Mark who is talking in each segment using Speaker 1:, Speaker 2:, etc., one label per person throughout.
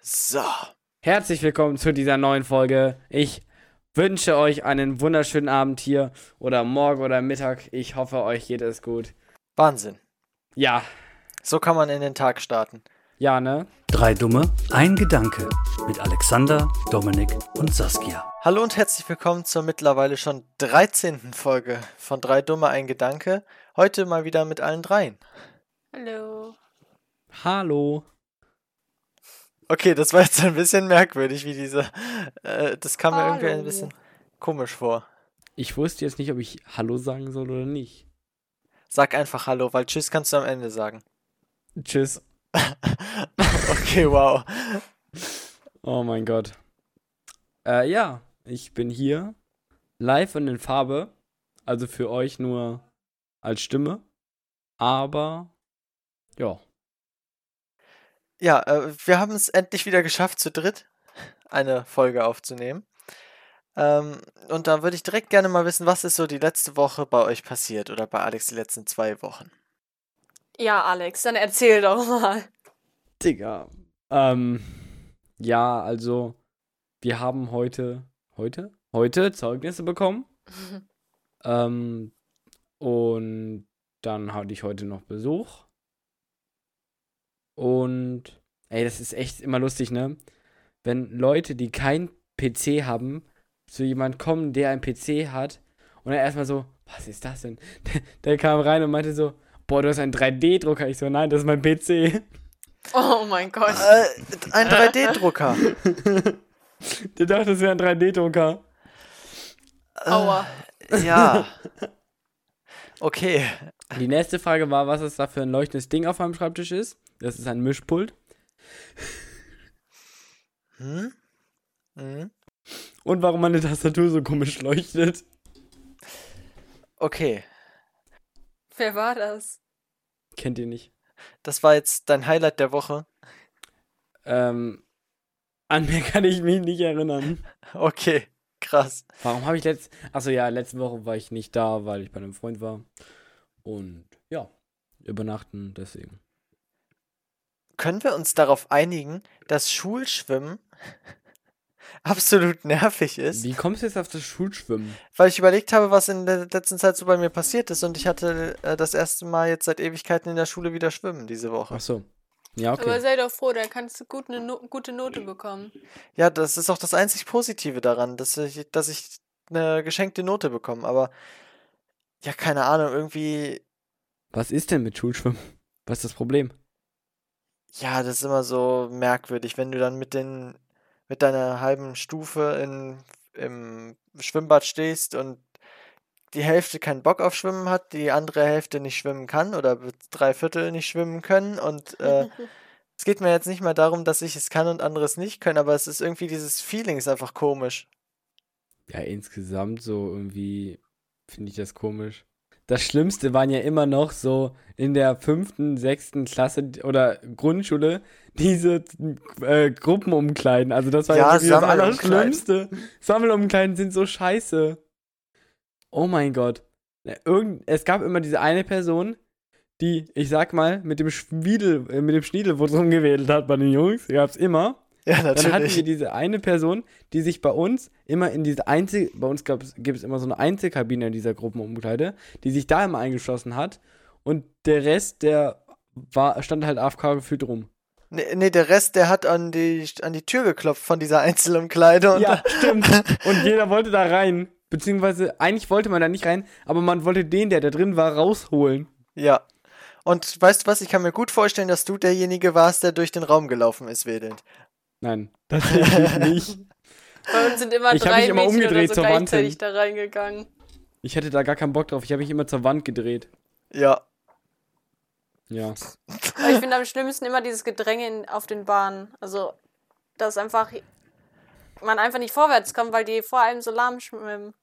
Speaker 1: So.
Speaker 2: Herzlich willkommen zu dieser neuen Folge. Ich wünsche euch einen wunderschönen Abend hier oder morgen oder Mittag. Ich hoffe, euch geht es gut.
Speaker 1: Wahnsinn.
Speaker 2: Ja,
Speaker 1: So kann man in den Tag starten.
Speaker 2: ja, ne?
Speaker 3: Drei Dumme, ein Gedanke mit Alexander, Dominik und Saskia.
Speaker 1: Hallo und herzlich willkommen zur mittlerweile schon 13. Folge von Drei Dumme, ein Gedanke. Heute mal wieder mit allen dreien.
Speaker 4: Hallo.
Speaker 2: Hallo.
Speaker 1: Okay, das war jetzt ein bisschen merkwürdig, wie diese. Äh, das kam mir irgendwie ein
Speaker 4: Hallo.
Speaker 1: bisschen komisch vor.
Speaker 2: Ich wusste jetzt nicht, ob ich Hallo sagen soll oder nicht.
Speaker 1: Sag einfach Hallo, weil Tschüss kannst du am Ende sagen.
Speaker 2: Tschüss.
Speaker 1: Okay, wow.
Speaker 2: Oh mein Gott. Äh, ja, ich bin hier. Live und in Farbe. Also für euch nur als Stimme. Aber, ja.
Speaker 1: Ja, äh, wir haben es endlich wieder geschafft, zu dritt eine Folge aufzunehmen. Ähm, und da würde ich direkt gerne mal wissen, was ist so die letzte Woche bei euch passiert oder bei Alex die letzten zwei Wochen?
Speaker 4: Ja, Alex, dann erzähl doch mal.
Speaker 2: Digga. Ähm, ja, also, wir haben heute, heute, heute Zeugnisse bekommen. Ähm, und dann hatte ich heute noch Besuch. Und, ey, das ist echt immer lustig, ne? Wenn Leute, die kein PC haben, zu jemand kommen, der einen PC hat, und dann erstmal so, was ist das denn? Der, der kam rein und meinte so, boah, du hast einen 3D-Drucker. Ich so, nein, das ist mein PC.
Speaker 4: Oh mein Gott.
Speaker 1: Äh, ein 3D-Drucker.
Speaker 2: Der dachte, es wäre ein 3D-Drucker.
Speaker 4: Aua.
Speaker 1: Ja. Okay.
Speaker 2: Die nächste Frage war, was es da für ein leuchtendes Ding auf meinem Schreibtisch ist. Das ist ein Mischpult.
Speaker 1: Hm? Hm?
Speaker 2: Und warum meine Tastatur so komisch leuchtet.
Speaker 1: Okay.
Speaker 4: Wer war das?
Speaker 2: Kennt ihr nicht.
Speaker 1: Das war jetzt dein Highlight der Woche.
Speaker 2: Ähm, an mehr kann ich mich nicht erinnern.
Speaker 1: Okay. Krass.
Speaker 2: Warum habe ich letzt... Achso, ja, letzte Woche war ich nicht da, weil ich bei einem Freund war. Und ja, übernachten deswegen.
Speaker 1: Können wir uns darauf einigen, dass Schulschwimmen absolut nervig ist?
Speaker 2: Wie kommst du jetzt auf das Schulschwimmen?
Speaker 1: Weil ich überlegt habe, was in der letzten Zeit so bei mir passiert ist und ich hatte äh, das erste Mal jetzt seit Ewigkeiten in der Schule wieder schwimmen diese Woche.
Speaker 2: Achso. Ja,
Speaker 4: Aber
Speaker 2: okay.
Speaker 4: sei doch froh, da kannst du gut eine no gute Note bekommen.
Speaker 1: Ja, das ist auch das einzig Positive daran, dass ich, dass ich eine geschenkte Note bekomme, aber ja, keine Ahnung, irgendwie,
Speaker 2: Was ist denn mit Schulschwimmen? Was ist das Problem?
Speaker 1: ja, das ist immer so merkwürdig, wenn du dann mit den, mit deiner halben Stufe in, im Schwimmbad stehst und die Hälfte keinen Bock auf Schwimmen hat, die andere Hälfte nicht schwimmen kann oder drei Viertel nicht schwimmen können und äh, Es geht mir jetzt nicht mal darum, dass ich es kann und anderes nicht können, aber es ist irgendwie dieses Feeling ist einfach komisch.
Speaker 2: Ja, insgesamt so irgendwie finde ich das komisch. Das Schlimmste waren ja immer noch so in der fünften, sechsten Klasse d- oder Grundschule diese äh, Gruppenumkleiden. Also das war
Speaker 1: Ja,
Speaker 2: ja, irgendwie das
Speaker 1: Sammelumkleiden.
Speaker 2: Allerschlimmste. Sammelumkleiden sind so scheiße. Oh mein Gott. Ja, Irgend, es gab immer diese eine Person, die, ich sag mal, mit dem Schniedel, äh, mit dem Schniedelwurz rumgewedelt hat bei den Jungs. Gab's immer.
Speaker 1: Ja,
Speaker 2: Dann hatten wir diese eine Person, die sich bei uns immer in diese Einzel... Bei uns gibt es immer so eine Einzelkabine in dieser Gruppenumkleide, die sich da immer eingeschlossen hat. Und der Rest, der war, stand halt AFK gefühlt rum.
Speaker 1: Nee, nee, Ne, der Rest, der hat an die, an die Tür geklopft von dieser Einzelumkleide und
Speaker 2: ja, stimmt. Und jeder wollte da rein. Beziehungsweise, eigentlich wollte man da nicht rein, aber man wollte den, der da drin war, rausholen.
Speaker 1: ja. Und weißt du was, ich kann mir gut vorstellen, dass du derjenige warst, der durch den Raum gelaufen ist, wedelnd.
Speaker 2: Nein, tatsächlich nicht.
Speaker 4: Bei uns sind immer
Speaker 2: Ich hab
Speaker 4: drei
Speaker 2: mich immer
Speaker 4: Mädchen
Speaker 2: umgedreht
Speaker 4: oder so
Speaker 2: zur Wand
Speaker 4: gleichzeitig
Speaker 2: hin.
Speaker 4: da reingegangen.
Speaker 2: Ich hatte da gar keinen Bock drauf. Ich habe mich immer zur Wand gedreht.
Speaker 1: Ja.
Speaker 2: Ja.
Speaker 4: Aber ich finde am schlimmsten immer dieses Gedränge in, auf den Bahnen. Also, dass einfach man einfach nicht vorwärts kommt, weil die vor allem so lahm schwimmen.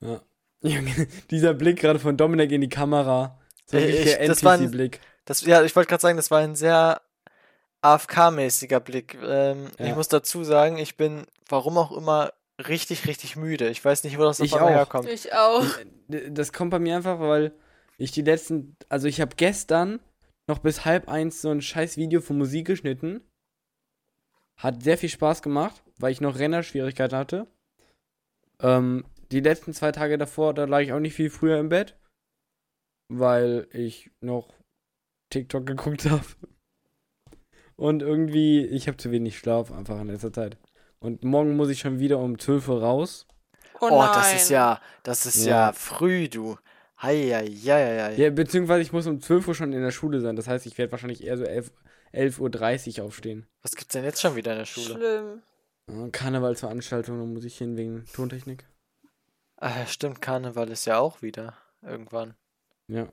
Speaker 2: ja. Junge, Dieser Blick gerade von Dominik in die Kamera. So
Speaker 1: Ey,
Speaker 2: richtig
Speaker 1: ich-
Speaker 2: der
Speaker 1: das war ein-
Speaker 2: NPC-Blick.
Speaker 1: Das, ja, ich wollte gerade sagen, das war ein sehr AFK-mäßiger Blick. Ähm, Ich
Speaker 2: Ja.
Speaker 1: muss dazu sagen, ich bin, warum auch immer, richtig, richtig müde. Ich weiß nicht, wo das
Speaker 2: Ich
Speaker 1: auf einmal
Speaker 2: auch.
Speaker 1: herkommt.
Speaker 4: Ich auch.
Speaker 2: D- das kommt bei mir einfach, weil ich die letzten, also ich habe gestern noch bis halb eins so ein scheiß Video für Musik geschnitten Hat sehr viel Spaß gemacht, weil ich noch Rennerschwierigkeiten hatte. Ähm, die letzten zwei Tage davor, da lag ich auch nicht viel früher im Bett, weil ich noch TikTok geguckt habe. Und irgendwie, ich habe zu wenig Schlaf einfach in letzter Zeit. Und morgen muss ich schon wieder um 12 Uhr raus.
Speaker 4: Oh,
Speaker 1: Oh,
Speaker 4: nein.
Speaker 1: das ist ja, das ist ja,
Speaker 2: Ja.
Speaker 1: früh, du. Hei, hei, hei, hei.
Speaker 2: Ja, beziehungsweise ich muss um 12 Uhr schon in der Schule sein. Das heißt, ich werde wahrscheinlich eher so 11, 11.30 Uhr aufstehen.
Speaker 1: Was gibt's denn jetzt schon wieder in der Schule?
Speaker 4: schlimm.
Speaker 2: Äh, Karnevalsveranstaltung, da muss ich hin wegen Tontechnik.
Speaker 1: Ah, ja, stimmt, Karneval ist ja auch wieder irgendwann.
Speaker 2: Ja.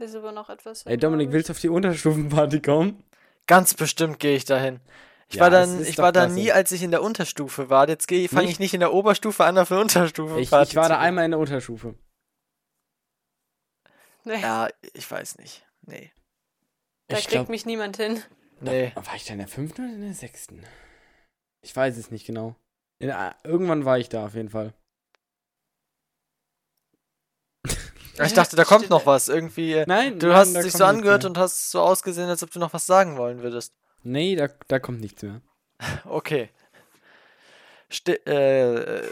Speaker 4: Ist aber noch etwas.
Speaker 2: Ey, Dominik, willst du auf die Unterstufenparty kommen?
Speaker 1: Ganz bestimmt gehe ich dahin. Ich
Speaker 2: Ja,
Speaker 1: war
Speaker 2: das
Speaker 1: dann,
Speaker 2: ist
Speaker 1: ich
Speaker 2: doch
Speaker 1: war da
Speaker 2: klasse.
Speaker 1: nie, als ich in der Unterstufe war. Jetzt fange ich
Speaker 2: Nicht?
Speaker 1: nicht in der Oberstufe an, auf der Unterstufe.
Speaker 2: Ich, ich war da einmal in der Unterstufe.
Speaker 4: Nee,
Speaker 1: Ja, ich weiß nicht. Nee.
Speaker 4: da
Speaker 2: ich
Speaker 4: kriegt
Speaker 2: glaub-
Speaker 4: mich niemand hin.
Speaker 1: Nee.
Speaker 2: War ich da in der fünften oder in der sechsten? Ich weiß es nicht genau. In, ah, irgendwann war ich da auf jeden Fall.
Speaker 1: Ich dachte, da kommt noch was. Irgendwie. äh,
Speaker 2: Nein,
Speaker 1: Du
Speaker 2: nein,
Speaker 1: hast
Speaker 2: da
Speaker 1: dich
Speaker 2: kommt
Speaker 1: so
Speaker 2: nichts
Speaker 1: angehört
Speaker 2: mehr.
Speaker 1: und hast so ausgesehen, als ob du noch was sagen wollen würdest.
Speaker 2: Nee, da, da kommt nichts mehr.
Speaker 1: Okay. Ste äh, äh,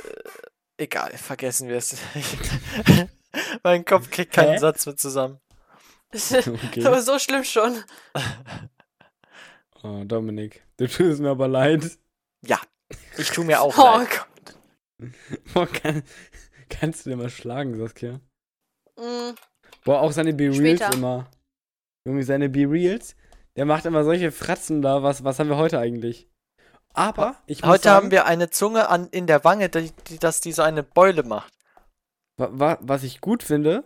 Speaker 1: egal, vergessen wir es. mein Kopf kriegt keinen
Speaker 2: Hä?
Speaker 1: Satz mehr zusammen.
Speaker 2: Okay.
Speaker 4: so schlimm schon.
Speaker 2: Oh, Dominik, du tust mir aber leid.
Speaker 1: Ja, ich tu mir auch
Speaker 4: Oh
Speaker 1: leid.
Speaker 4: Gott.
Speaker 2: Boah, kann, kannst du dir mal schlagen, Saskia?
Speaker 4: Mm,
Speaker 2: Boah, auch seine B-Reels
Speaker 4: Später.
Speaker 2: immer. Junge, seine B-Reels, der macht immer solche Fratzen da. Was, was haben wir heute eigentlich? Aber, ich muss
Speaker 1: Heute
Speaker 2: sagen,
Speaker 1: haben wir eine Zunge an, in der Wange, die, die, dass die so eine Beule macht.
Speaker 2: wa wa was ich gut finde,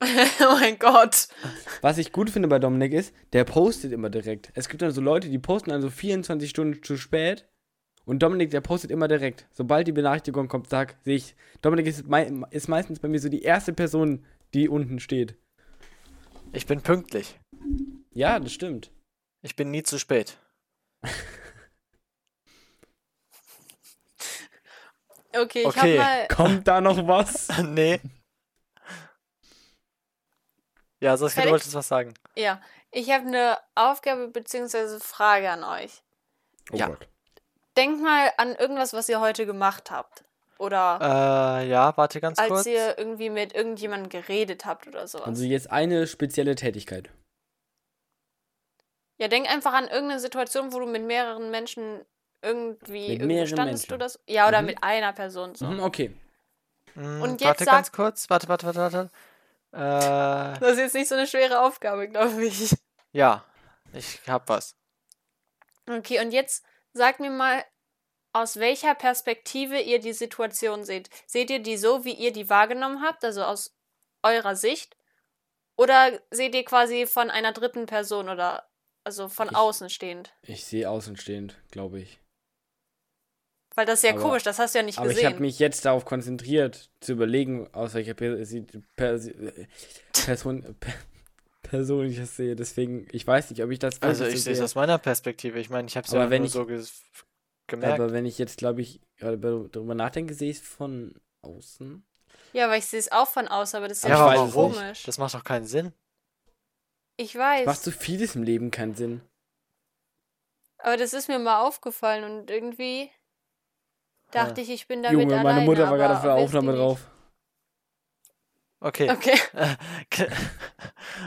Speaker 4: oh mein Gott.
Speaker 2: Was ich gut finde bei Dominik ist, der postet immer direkt. Es gibt dann so Leute, die posten also 24 Stunden zu spät. Und Dominik, der postet immer direkt. Sobald die Benachrichtigung kommt, sag, sehe ich. Dominik ist, mei ist meistens bei mir so die erste Person, die unten steht.
Speaker 1: Ich bin pünktlich.
Speaker 2: Ja, das stimmt.
Speaker 1: Ich bin nie zu spät.
Speaker 4: Okay, ich
Speaker 1: Okay.
Speaker 4: hab mal.
Speaker 2: Kommt da noch was?
Speaker 1: nee. Ja, Saskia, du
Speaker 4: Fertig?
Speaker 1: wolltest was sagen.
Speaker 4: Ja, ich habe eine Aufgabe bzw. Frage an euch.
Speaker 1: Ja.
Speaker 2: Gott.
Speaker 4: Denkt mal an irgendwas, was ihr heute gemacht habt. Oder
Speaker 1: Äh, ja, warte ganz
Speaker 4: Oh. als
Speaker 1: kurz.
Speaker 4: ihr irgendwie mit irgendjemandem geredet habt oder sowas.
Speaker 2: Also jetzt eine spezielle Tätigkeit.
Speaker 4: ja, denk einfach an irgendeine Situation, wo du mit mehreren Menschen irgendwie
Speaker 2: Mit
Speaker 4: irgendwo
Speaker 2: mehreren Menschen.
Speaker 4: standest du das? Ja, oder
Speaker 2: Mhm.
Speaker 4: mit einer Person so.
Speaker 2: Mhm, okay.
Speaker 1: Mm,
Speaker 4: und jetzt
Speaker 1: warte ganz
Speaker 4: sag-
Speaker 1: kurz. Warte, warte, warte, warte. Äh,
Speaker 4: Das ist jetzt nicht so eine schwere Aufgabe, glaube ich.
Speaker 1: ja, ich hab was.
Speaker 4: Okay, und jetzt sagt mir mal, aus welcher Perspektive ihr die Situation seht. Seht ihr die so, wie ihr die wahrgenommen habt, also aus eurer Sicht? Oder seht ihr quasi von einer dritten Person oder also von
Speaker 2: Ich-
Speaker 4: außen stehend?
Speaker 2: Ich sehe außenstehend, glaube ich.
Speaker 4: Weil das ist ja
Speaker 2: Aber-
Speaker 4: komisch, das hast du ja nicht
Speaker 2: Aber ich habe
Speaker 4: gesehen.
Speaker 2: mich jetzt darauf konzentriert, zu überlegen, aus welcher Persi Persi äh, Person, per Person ich das sehe. Deswegen, ich weiß nicht, ob ich das
Speaker 1: Also
Speaker 2: wirklich
Speaker 1: ich
Speaker 2: so
Speaker 1: sehe es
Speaker 2: sehe.
Speaker 1: aus meiner Perspektive. Ich meine, ich habe es ja
Speaker 2: Aber
Speaker 1: auch
Speaker 2: wenn
Speaker 1: nur
Speaker 2: ich-
Speaker 1: so ges- gemerkt.
Speaker 2: Aber wenn ich jetzt, glaube ich, gerade über- darüber nachdenke, sehe ich es von außen.
Speaker 4: ja, weil ich sehe es auch von außen, aber das ist
Speaker 2: Aber
Speaker 4: ja,
Speaker 2: ich
Speaker 1: aber
Speaker 2: weiß es
Speaker 1: warum?
Speaker 2: nicht.
Speaker 4: komisch.
Speaker 1: Das macht doch keinen Sinn.
Speaker 4: Ich
Speaker 2: Macht
Speaker 4: weiß,
Speaker 2: so vieles im Leben keinen Sinn.
Speaker 4: aber das ist mir mal aufgefallen und irgendwie dachte ich, ich bin damit
Speaker 2: Ah. Junge,
Speaker 4: alleine,
Speaker 2: meine Mutter war gerade
Speaker 4: aber
Speaker 2: auf der
Speaker 4: wisst
Speaker 2: Aufnahme
Speaker 4: ihr nicht.
Speaker 2: drauf.
Speaker 1: Okay.
Speaker 4: Okay.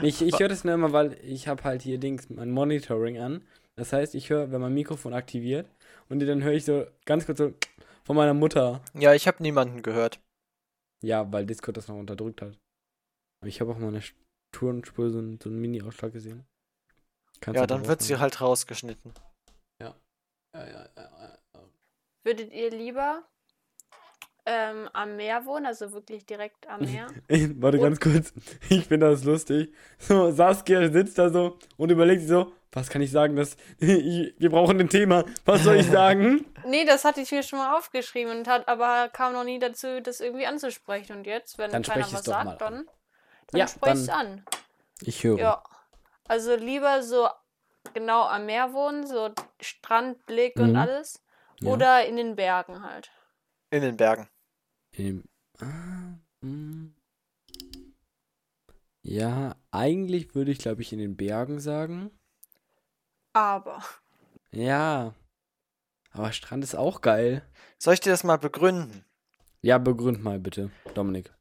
Speaker 2: Ich, ich höre das nur immer, weil ich habe halt hier Dings, mein Monitoring an. Das heißt, ich höre, wenn mein Mikrofon aktiviert und dann höre ich so ganz kurz so von meiner Mutter.
Speaker 1: ja, ich habe niemanden gehört.
Speaker 2: Ja, weil Discord das noch unterdrückt hat. Aber ich habe auch mal eine Sch- Tourenspur, so einen, so einen Mini-Ausschlag gesehen. Kannst
Speaker 1: Ja,
Speaker 2: du
Speaker 1: dann wird sie
Speaker 2: rausnehmen.
Speaker 1: halt rausgeschnitten.
Speaker 2: Ja, ja,
Speaker 1: halt-
Speaker 2: ja, ja.
Speaker 4: Würdet ihr lieber ähm, am Meer wohnen, also wirklich direkt am Meer?
Speaker 2: Ey, Warte ganz kurz, ich finde das lustig. So, Saskia sitzt da so und überlegt sich so, was kann ich sagen, das, ich, wir brauchen ein Thema, was soll ich sagen?
Speaker 4: nee, das hatte ich mir schon mal aufgeschrieben und hat, aber kam noch nie dazu, das irgendwie anzusprechen. Und jetzt, wenn
Speaker 2: Dann
Speaker 4: keiner
Speaker 2: sprech es
Speaker 4: was
Speaker 2: doch
Speaker 4: sagt,
Speaker 2: mal an.
Speaker 4: dann, dann
Speaker 2: Ja,
Speaker 4: sprech es
Speaker 2: dann-
Speaker 4: an.
Speaker 2: Ich höre.
Speaker 4: Ja. Also lieber so genau am Meer wohnen, so Strandblick und
Speaker 2: Mhm.
Speaker 4: alles.
Speaker 2: Ja.
Speaker 4: Oder in den Bergen halt.
Speaker 1: In den Bergen.
Speaker 2: Ähm, ah, mm. ja, eigentlich würde ich, glaube ich, in den Bergen sagen.
Speaker 4: aber.
Speaker 2: Ja. Aber Strand ist auch geil.
Speaker 1: Soll ich dir das mal begründen?
Speaker 2: Ja, begründ mal bitte, Dominik.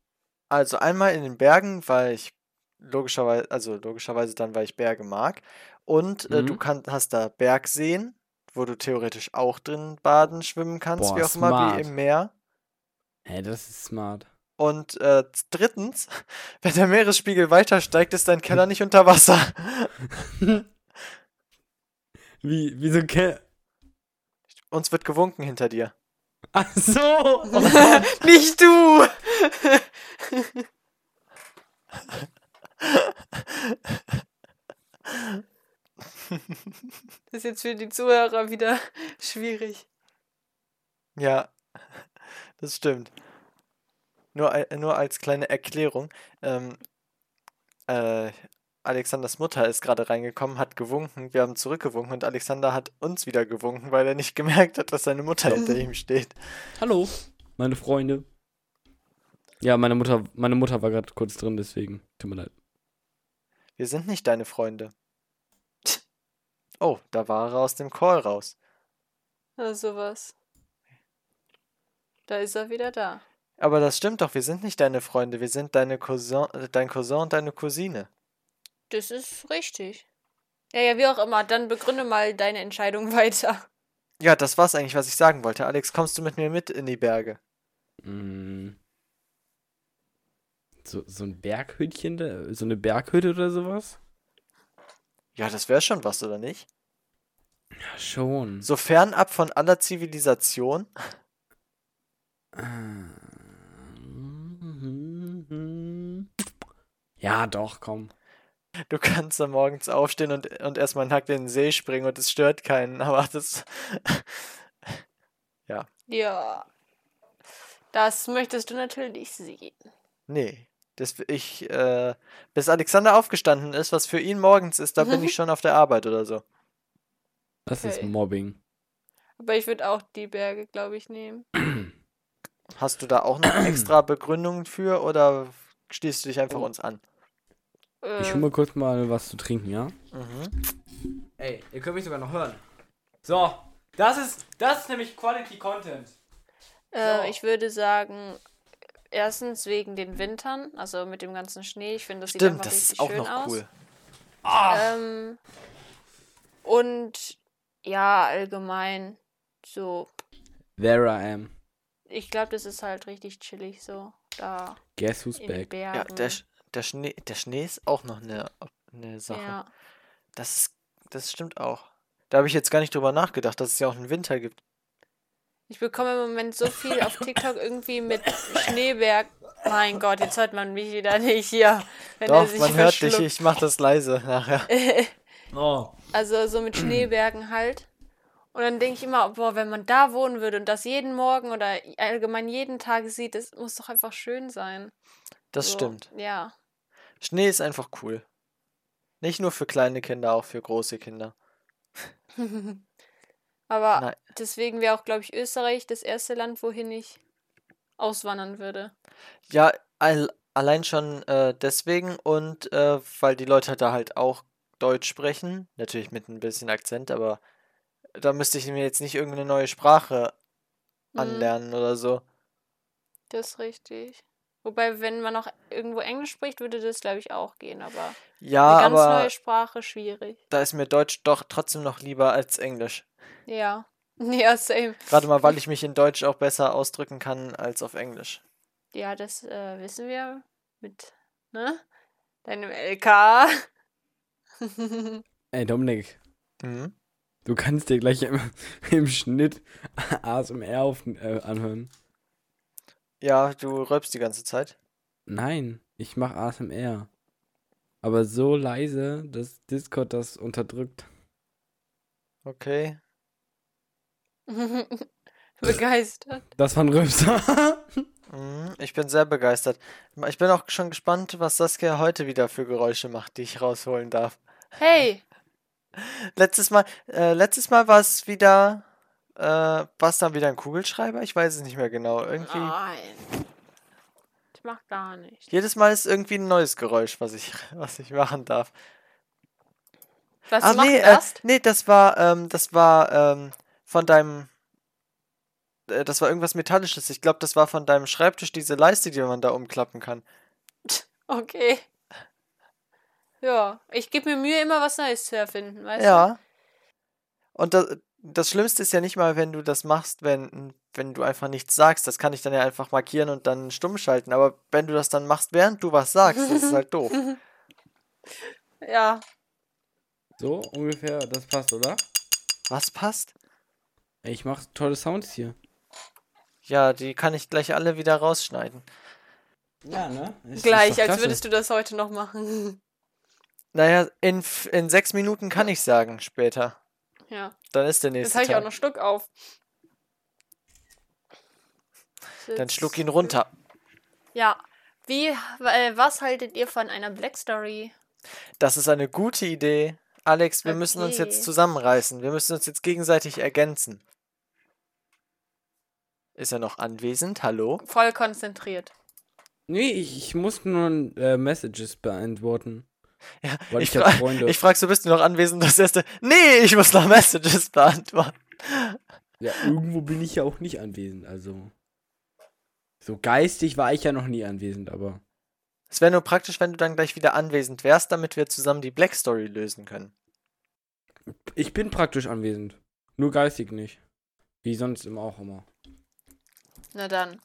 Speaker 1: Also einmal in den Bergen, weil ich logischerweise, also logischerweise dann, weil ich Berge mag. Und äh, du
Speaker 2: Mhm.
Speaker 1: kann, hast da Bergseen, wo du theoretisch auch drin baden, schwimmen kannst,
Speaker 2: Boah,
Speaker 1: wie auch immer, wie
Speaker 2: smart.
Speaker 1: im Meer.
Speaker 2: Hä, das ist smart.
Speaker 1: Und äh, drittens, wenn der Meeresspiegel weiter steigt, ist dein Keller nicht unter Wasser.
Speaker 2: Wie, wieso Ke
Speaker 1: Uns wird gewunken hinter dir.
Speaker 2: Ach so!
Speaker 4: Nicht du! Das ist jetzt für die Zuhörer wieder schwierig.
Speaker 1: Ja, das stimmt. Nur, al- nur als kleine Erklärung. Ähm, äh, Alexanders Mutter ist gerade reingekommen, hat gewunken, wir haben zurückgewunken und Alexander hat uns wieder gewunken, weil er nicht gemerkt hat, dass seine Mutter hinter ihm steht.
Speaker 2: Hallo, meine Freunde. Ja, meine Mutter, meine Mutter war gerade kurz drin, deswegen. Tut mir leid.
Speaker 1: Wir sind nicht deine Freunde. Oh, da war er aus dem Call raus.
Speaker 4: Na, sowas. Da ist er wieder da.
Speaker 1: Aber das stimmt doch, wir sind nicht deine Freunde, wir sind deine Cousin, äh, dein Cousin und deine Cousine.
Speaker 4: Das ist richtig. Ja, ja, wie auch immer. Dann begründe mal deine Entscheidung weiter.
Speaker 1: Ja, das war's eigentlich, was ich sagen wollte. Alex, kommst du mit mir mit in die Berge?
Speaker 2: Mm. So, so ein Berghütchen, da- so eine Berghütte oder sowas?
Speaker 1: Ja, das wäre schon was, oder nicht?
Speaker 2: Ja, schon.
Speaker 1: So fernab von aller Zivilisation.
Speaker 2: Ah. Ja, doch, komm.
Speaker 1: Du kannst da morgens aufstehen und, und erstmal nackt in den See springen und es stört keinen, aber das.
Speaker 4: Ja. Das möchtest du natürlich sehen.
Speaker 1: Nee. Das, ich, äh, bis Alexander aufgestanden ist, was für ihn morgens ist, da bin ich schon auf der Arbeit oder so.
Speaker 2: Das ist
Speaker 4: Okay.
Speaker 2: Mobbing.
Speaker 4: Aber ich würde auch die Berge, glaube ich, nehmen.
Speaker 1: Hast du da auch noch extra Begründungen für oder schließt du dich
Speaker 4: Oh.
Speaker 1: einfach uns an?
Speaker 4: Äh,
Speaker 2: Ich hole mir kurz mal was zu trinken, ja?
Speaker 1: Mhm.
Speaker 2: Ey, ihr könnt mich sogar noch hören. So, das ist, das ist nämlich Quality Content.
Speaker 4: äh,
Speaker 2: So.
Speaker 4: ich würde sagen, erstens wegen den Wintern, also mit dem ganzen Schnee. Ich finde, das sieht
Speaker 1: Stimmt,
Speaker 4: einfach
Speaker 1: das
Speaker 4: richtig
Speaker 1: ist auch
Speaker 4: schön
Speaker 1: noch
Speaker 4: aus.
Speaker 1: cool.
Speaker 4: Ähm, und ja, allgemein so.
Speaker 2: There I am.
Speaker 4: Ich glaube, das ist halt richtig chillig so. Da
Speaker 2: Guess who's
Speaker 4: in den
Speaker 2: back.
Speaker 4: Bergen.
Speaker 1: Ja, der, Sch- der, Schnee, der Schnee ist auch noch eine, eine Sache.
Speaker 4: Ja.
Speaker 1: Das, ist- das stimmt auch. Da habe ich jetzt gar nicht drüber nachgedacht, dass es ja auch einen Winter gibt.
Speaker 4: Ich bekomme im Moment so viel auf TikTok irgendwie mit Schneeberg. Mein Gott, jetzt hört man mich wieder nicht hier. Wenn er
Speaker 1: Doch,
Speaker 4: sich
Speaker 1: man hört dich,
Speaker 4: verschluckt.
Speaker 1: ich mach das leise nachher.
Speaker 2: Oh.
Speaker 4: Also so
Speaker 1: Mhm.
Speaker 4: mit Schneebergen halt. Und dann denke ich immer, boah, wenn man da wohnen würde und das jeden Morgen oder allgemein jeden Tag sieht, das muss doch einfach schön sein.
Speaker 1: Das
Speaker 4: so,
Speaker 1: stimmt.
Speaker 4: Ja.
Speaker 1: Schnee ist einfach cool. Nicht nur für kleine Kinder, auch für große Kinder.
Speaker 4: Aber
Speaker 1: Nein.
Speaker 4: deswegen wäre auch, glaube ich, Österreich das erste Land, wohin ich auswandern würde.
Speaker 1: Ja, all, allein schon äh, deswegen und äh, weil die Leute da halt auch Deutsch sprechen. Natürlich mit ein bisschen Akzent, aber da müsste ich mir jetzt nicht irgendeine neue Sprache
Speaker 4: Hm,
Speaker 1: anlernen oder so.
Speaker 4: Das ist richtig. Wobei, wenn man noch irgendwo Englisch spricht, würde das, glaube ich, auch gehen. Aber
Speaker 1: Ja,
Speaker 4: Eine ganz
Speaker 1: aber
Speaker 4: neue Sprache, schwierig.
Speaker 1: da ist mir Deutsch doch trotzdem noch lieber als Englisch.
Speaker 4: Ja. Ja, same.
Speaker 1: Gerade mal, weil ich mich in Deutsch auch besser ausdrücken kann als auf Englisch.
Speaker 4: Ja, das äh, wissen wir mit, ne? Deinem LK.
Speaker 2: Ey, Dominik,
Speaker 1: Mhm.
Speaker 2: du kannst dir gleich im, im Schnitt ASMR auf, äh, anhören.
Speaker 1: Ja, du rülpst die ganze Zeit.
Speaker 2: Nein, ich mach ASMR. Aber so leise, dass Discord das unterdrückt.
Speaker 1: Okay.
Speaker 4: Begeistert.
Speaker 2: Das war ein Rülpser.
Speaker 1: Mhm, Ich bin sehr begeistert. Ich bin auch schon gespannt, was Saskia heute wieder für Geräusche macht, die ich rausholen darf.
Speaker 4: Hey,
Speaker 1: Letztes Mal, äh, letztes Mal war es wieder, äh, war es dann wieder ein Kugelschreiber? Ich weiß es nicht mehr genau. Irgendwie,
Speaker 4: nein. Ich mach gar nichts.
Speaker 1: jedes Mal ist irgendwie ein neues Geräusch, was ich, was ich machen darf.
Speaker 4: Was
Speaker 1: Ah,
Speaker 4: macht
Speaker 1: nee, äh,
Speaker 4: das?
Speaker 1: nee, das war, ähm, das war ähm, von deinem. äh, Das war irgendwas Metallisches. Ich glaube, das war von deinem Schreibtisch diese Leiste, die man da umklappen kann.
Speaker 4: Okay. Ja, ich gebe mir Mühe, immer was Neues zu erfinden, weißt du?
Speaker 1: Ja. Und das, das Schlimmste ist ja nicht mal, wenn du das machst, wenn, wenn du einfach nichts sagst. Das kann ich dann ja einfach markieren und dann stumm schalten. Aber wenn du das dann machst, während du was sagst, das ist halt doof.
Speaker 4: Ja.
Speaker 2: So, ungefähr, das passt, oder?
Speaker 1: Was passt?
Speaker 2: Ey, Ich mache tolle Sounds hier.
Speaker 1: Ja, die kann ich gleich alle wieder rausschneiden.
Speaker 2: Ja, ne?
Speaker 4: Gleich, als würdest du das heute noch machen.
Speaker 1: Naja, in, f- in sechs Minuten kann ich sagen, später.
Speaker 4: Ja.
Speaker 1: Dann ist der
Speaker 4: Jetzt
Speaker 1: nächste
Speaker 4: habe ich auch
Speaker 1: Tag.
Speaker 4: noch Schluck auf.
Speaker 1: Dann schluck ihn runter.
Speaker 4: Ja. Wie, äh, was haltet ihr von einer Black Story?
Speaker 1: Das ist eine gute Idee. Alex, wir müssen uns
Speaker 4: Okay.
Speaker 1: jetzt zusammenreißen. Wir müssen uns jetzt gegenseitig ergänzen. Ist er noch anwesend? Hallo?
Speaker 4: Voll konzentriert.
Speaker 2: Nee, ich, ich muss nur äh, Messages beantworten.
Speaker 1: Ja,
Speaker 2: Weil
Speaker 1: ich,
Speaker 2: ich hab
Speaker 1: fra
Speaker 2: Freunde.
Speaker 1: ich frag so, bist du noch anwesend? Das erste, nee, ich muss noch Messages beantworten.
Speaker 2: Ja, irgendwo bin ich ja auch nicht anwesend, also. So geistig war ich ja noch nie anwesend, aber.
Speaker 1: Es wäre nur praktisch, wenn du dann gleich wieder anwesend wärst, damit wir zusammen die Black Story lösen können.
Speaker 2: Ich bin praktisch anwesend. Nur geistig nicht. Wie sonst immer auch immer.
Speaker 4: Na dann.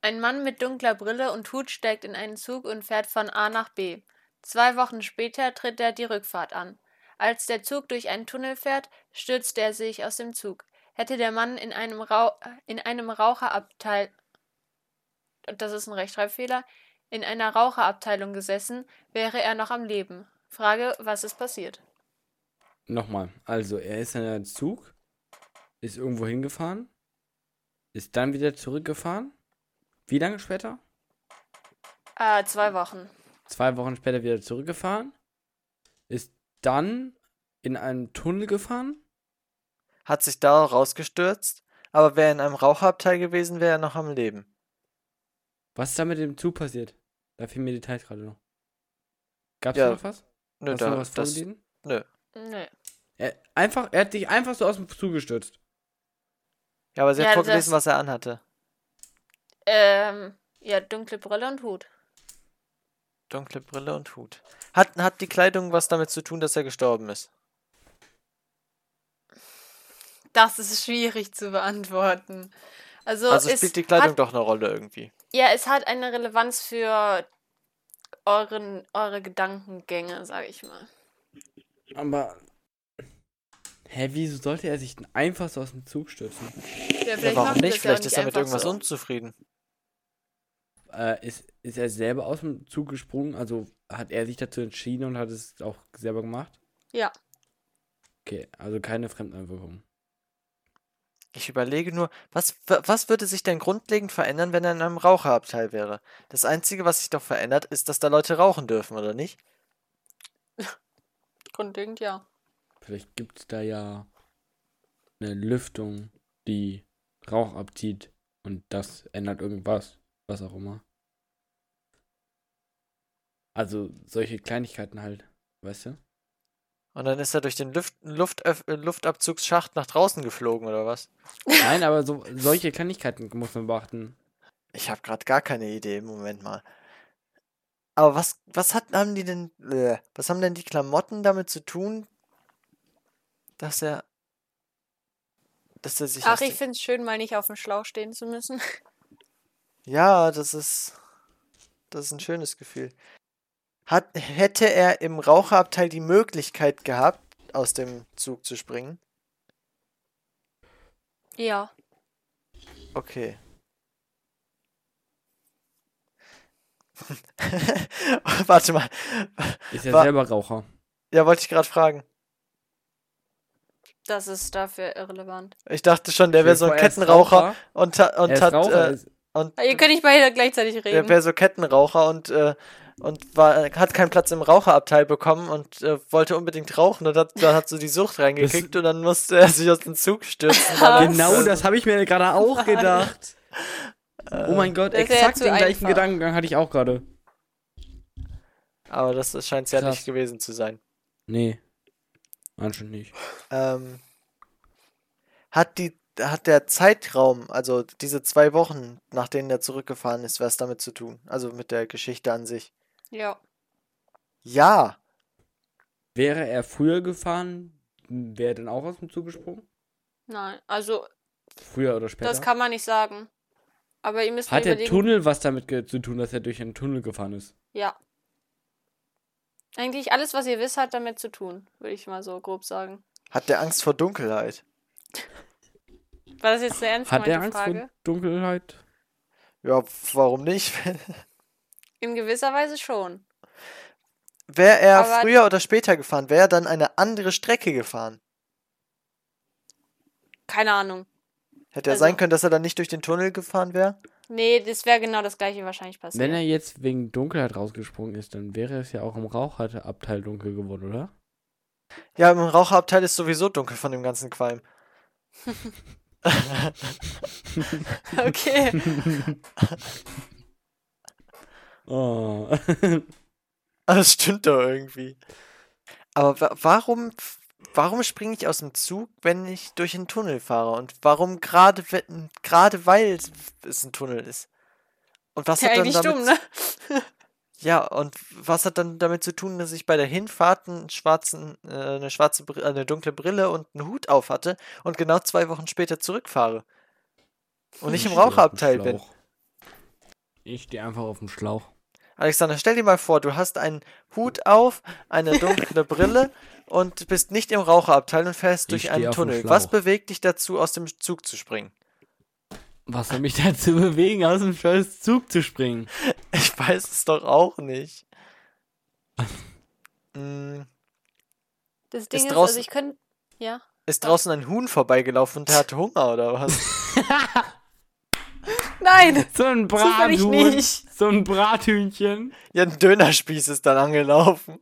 Speaker 4: Ein Mann mit dunkler Brille und Hut steigt in einen Zug und fährt von A nach B. Zwei Wochen später tritt er die Rückfahrt an. Als der Zug durch einen Tunnel fährt, stürzt er sich aus dem Zug. Hätte der Mann in einem, Rau in einem Raucherabteil. Das ist ein Rechtschreibfehler. In einer Raucherabteilung gesessen, wäre er noch am Leben. Frage, was ist passiert?
Speaker 2: Nochmal. Also, er ist in einem Zug, ist irgendwo hingefahren, ist dann wieder zurückgefahren. Wie lange später?
Speaker 4: Äh, zwei Wochen.
Speaker 2: Zwei Wochen später wieder zurückgefahren. Ist dann in einen Tunnel gefahren.
Speaker 1: Hat sich da rausgestürzt, aber wäre in einem Raucherabteil gewesen, wäre er noch am Leben.
Speaker 2: Was ist da mit dem Zug passiert? Da fehlen mir Details gerade noch. Gab's
Speaker 1: Ja,
Speaker 2: da noch was?
Speaker 1: Nö,
Speaker 2: Hast du
Speaker 1: da,
Speaker 2: noch was
Speaker 1: das,
Speaker 2: vorgelesen?
Speaker 4: Nö.
Speaker 2: Er, einfach, er hat dich einfach so aus dem Zug gestürzt.
Speaker 1: ja, aber sie
Speaker 4: Ja,
Speaker 1: hat vorgelesen, was
Speaker 4: das-
Speaker 1: er anhatte.
Speaker 4: Ähm, ja, dunkle Brille und Hut.
Speaker 1: Dunkle Brille und Hut. Hat, hat die Kleidung was damit zu tun, dass er gestorben ist?
Speaker 4: Das ist schwierig zu beantworten. Also,
Speaker 1: also
Speaker 4: es
Speaker 1: spielt die Kleidung
Speaker 4: hat,
Speaker 1: doch eine Rolle irgendwie.
Speaker 4: ja, es hat eine Relevanz für euren, eure Gedankengänge, sage ich mal.
Speaker 2: Aber. Hä, wieso sollte er sich denn einfach so aus dem Zug stürzen?
Speaker 4: Ja,
Speaker 1: Ja,
Speaker 4: vielleicht
Speaker 1: warum
Speaker 4: macht er
Speaker 1: nicht?
Speaker 4: das
Speaker 1: Vielleicht
Speaker 4: ja auch
Speaker 1: ist er mit
Speaker 4: einfach
Speaker 1: irgendwas
Speaker 4: so.
Speaker 1: unzufrieden.
Speaker 2: Äh, ist, ist er selber aus dem Zug gesprungen? Also hat er sich dazu entschieden und hat es auch selber gemacht?
Speaker 4: Ja.
Speaker 2: Okay, also keine Fremdeinwirkung.
Speaker 1: Ich überlege nur, was, wa- was würde sich denn grundlegend verändern, wenn er in einem Raucherabteil wäre? Das Einzige, was sich doch verändert, ist, dass da Leute rauchen dürfen, oder nicht?
Speaker 4: Grundlegend, ja.
Speaker 2: Vielleicht gibt es da ja eine Lüftung, die Rauch abzieht und das ändert irgendwas, was auch immer. Also solche Kleinigkeiten halt, weißt du?
Speaker 1: Und dann ist er durch den Lüft, Luftöff- äh, Luftabzugsschacht nach draußen geflogen, oder was?
Speaker 2: Nein, aber so, solche Kleinigkeiten muss man beachten.
Speaker 1: Ich habe gerade gar keine Idee, Moment mal. Aber was, was hat, haben die denn, äh, was haben denn die Klamotten damit zu tun, dass er, dass er sich
Speaker 4: Ach,
Speaker 1: aus
Speaker 4: ich
Speaker 1: dem-
Speaker 4: finde es schön, mal nicht auf dem Schlauch stehen zu müssen.
Speaker 1: Ja, das ist. Das ist ein schönes Gefühl. Hat, hätte er im Raucherabteil die Möglichkeit gehabt, aus dem Zug zu springen?
Speaker 4: Ja.
Speaker 1: Okay. Warte mal.
Speaker 2: Ist ja
Speaker 1: Wa-
Speaker 2: selber Raucher.
Speaker 1: Ja, wollte ich gerade fragen.
Speaker 4: Das ist dafür irrelevant.
Speaker 1: Ich dachte schon, der wäre so ein
Speaker 2: Er ist
Speaker 1: Kettenraucher
Speaker 2: Raucher,
Speaker 1: und, ta-
Speaker 2: er
Speaker 1: und
Speaker 2: ist
Speaker 1: hat.
Speaker 2: Raucher,
Speaker 1: äh,
Speaker 2: ist-
Speaker 1: und
Speaker 4: Ah, Ihr könnt nicht beide gleichzeitig
Speaker 1: der
Speaker 4: reden.
Speaker 1: wäre so Kettenraucher und, äh, und war, hat keinen Platz im Raucherabteil bekommen und äh, wollte unbedingt rauchen und hat, da hat so die Sucht reingekickt und dann musste er sich aus dem Zug stürzen. weil er-
Speaker 2: Genau das habe ich mir gerade auch gedacht. Oh mein Gott,
Speaker 4: Das wär
Speaker 2: exakt
Speaker 4: zu
Speaker 2: den gleichen
Speaker 4: einfach.
Speaker 2: Gedankengang hatte ich auch gerade.
Speaker 1: Aber das scheint es ja
Speaker 2: Krass.
Speaker 1: nicht gewesen zu sein.
Speaker 2: Nee. Anscheinend nicht.
Speaker 1: Ähm, hat die, hat der Zeitraum, also diese zwei Wochen, nach denen er zurückgefahren ist, was damit zu tun? Also mit der Geschichte an sich.
Speaker 4: Ja.
Speaker 1: Ja,
Speaker 2: Wäre er früher gefahren, wäre er dann auch aus dem Zug gesprungen?
Speaker 4: Nein. Also,
Speaker 2: Früher oder später?
Speaker 4: das kann man nicht sagen. Aber ihr müsst mal
Speaker 2: Hat der
Speaker 4: überlegen.
Speaker 2: Tunnel was damit ge- zu tun, dass er durch einen Tunnel gefahren ist?
Speaker 4: Ja. Eigentlich alles, was ihr wisst, hat damit zu tun, würde ich mal so grob sagen.
Speaker 1: hat der Angst vor Dunkelheit?
Speaker 4: War das jetzt eine ernst
Speaker 2: Hat er
Speaker 4: gemeinte
Speaker 2: Angst
Speaker 4: Frage?
Speaker 2: vor Dunkelheit?
Speaker 1: Ja, warum nicht?
Speaker 4: In gewisser Weise schon.
Speaker 1: Wäre er
Speaker 4: Aber-
Speaker 1: früher oder später gefahren, wäre er dann eine andere Strecke gefahren.
Speaker 4: Keine Ahnung.
Speaker 1: Hätte ja
Speaker 4: Also-
Speaker 1: sein können, dass er dann nicht durch den Tunnel gefahren wäre.
Speaker 4: Nee, das wäre genau das gleiche wahrscheinlich passiert.
Speaker 2: Wenn er jetzt wegen Dunkelheit rausgesprungen ist, dann wäre es ja auch im Raucherabteil dunkel geworden, oder?
Speaker 1: Ja, im Raucherabteil ist sowieso dunkel von dem ganzen Qualm.
Speaker 4: Okay.
Speaker 2: Oh.
Speaker 1: Aber Ah, das stimmt doch irgendwie. Aber wa warum, warum springe ich aus dem Zug, wenn ich durch den Tunnel fahre? Und warum gerade, we- gerade weil es- es ein Tunnel ist? Und was
Speaker 4: Ist ja
Speaker 1: hat dann
Speaker 4: eigentlich
Speaker 1: damit
Speaker 4: dumm, ne?
Speaker 1: Ja, und was hat dann damit zu tun, dass ich bei der Hinfahrt einen schwarzen, äh, eine schwarze Bri- äh, eine dunkle Brille und einen Hut auf hatte und genau zwei Wochen später zurückfahre? Und
Speaker 2: Hm,
Speaker 1: ich im Raucherabteil bin.
Speaker 2: Ich stehe einfach auf dem Schlauch.
Speaker 1: Alexander, stell dir mal vor, du hast einen Hut auf, eine dunkle Brille und bist nicht im Raucherabteil und fährst
Speaker 2: Ich
Speaker 1: durch
Speaker 2: steh
Speaker 1: einen
Speaker 2: auf dem
Speaker 1: Tunnel. Was
Speaker 2: Schlauch.
Speaker 1: bewegt dich dazu, aus dem Zug zu springen?
Speaker 2: Was soll mich dazu bewegen, aus dem scheiß Zug zu springen?
Speaker 1: Ich weiß es doch auch nicht. Mm,
Speaker 4: Das Ding ist, also
Speaker 1: draußen-
Speaker 4: ich könnte. Ja.
Speaker 1: Ist draußen ein Huhn vorbeigelaufen und er hat Hunger oder was?
Speaker 4: Nein!
Speaker 2: So ein
Speaker 4: Zufällig
Speaker 2: Brathuhn.
Speaker 4: nicht.
Speaker 2: So ein Brathühnchen.
Speaker 1: Ja, ein Dönerspieß ist dann angelaufen.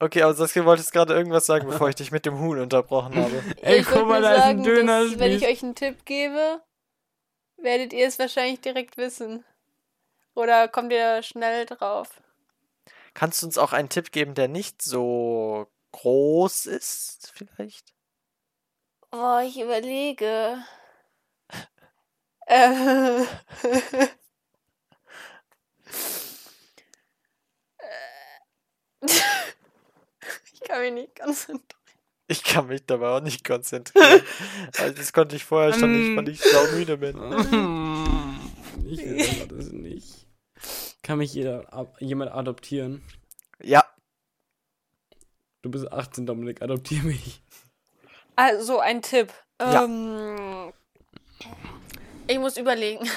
Speaker 1: Okay, aber Saskia, du wolltest gerade irgendwas sagen, bevor ich dich mit dem Huhn unterbrochen habe.
Speaker 2: Ey,
Speaker 4: ich
Speaker 2: guck
Speaker 4: würde
Speaker 2: mal,
Speaker 4: nur
Speaker 2: da ist ein
Speaker 4: sagen, dass, wenn
Speaker 2: Dönerspieß.
Speaker 4: ich euch einen Tipp gebe, werdet ihr es wahrscheinlich direkt wissen. Oder kommt ihr schnell drauf?
Speaker 1: Kannst du uns auch einen Tipp geben, der nicht so groß ist, vielleicht?
Speaker 4: Boah, ich überlege. Äh. ich kann mich nicht konzentrieren.
Speaker 1: Ich kann mich dabei auch nicht konzentrieren. also das konnte ich vorher schon nicht,
Speaker 4: Ähm.
Speaker 1: weil ich sau müde bin.
Speaker 2: Ich will das nicht. Kann mich jeder, ab- jemand adoptieren?
Speaker 1: Ja,
Speaker 2: Du bist 18, Dominik, adoptier mich.
Speaker 4: Also, ein Tipp.
Speaker 1: Ja.
Speaker 4: Ähm, ich muss überlegen.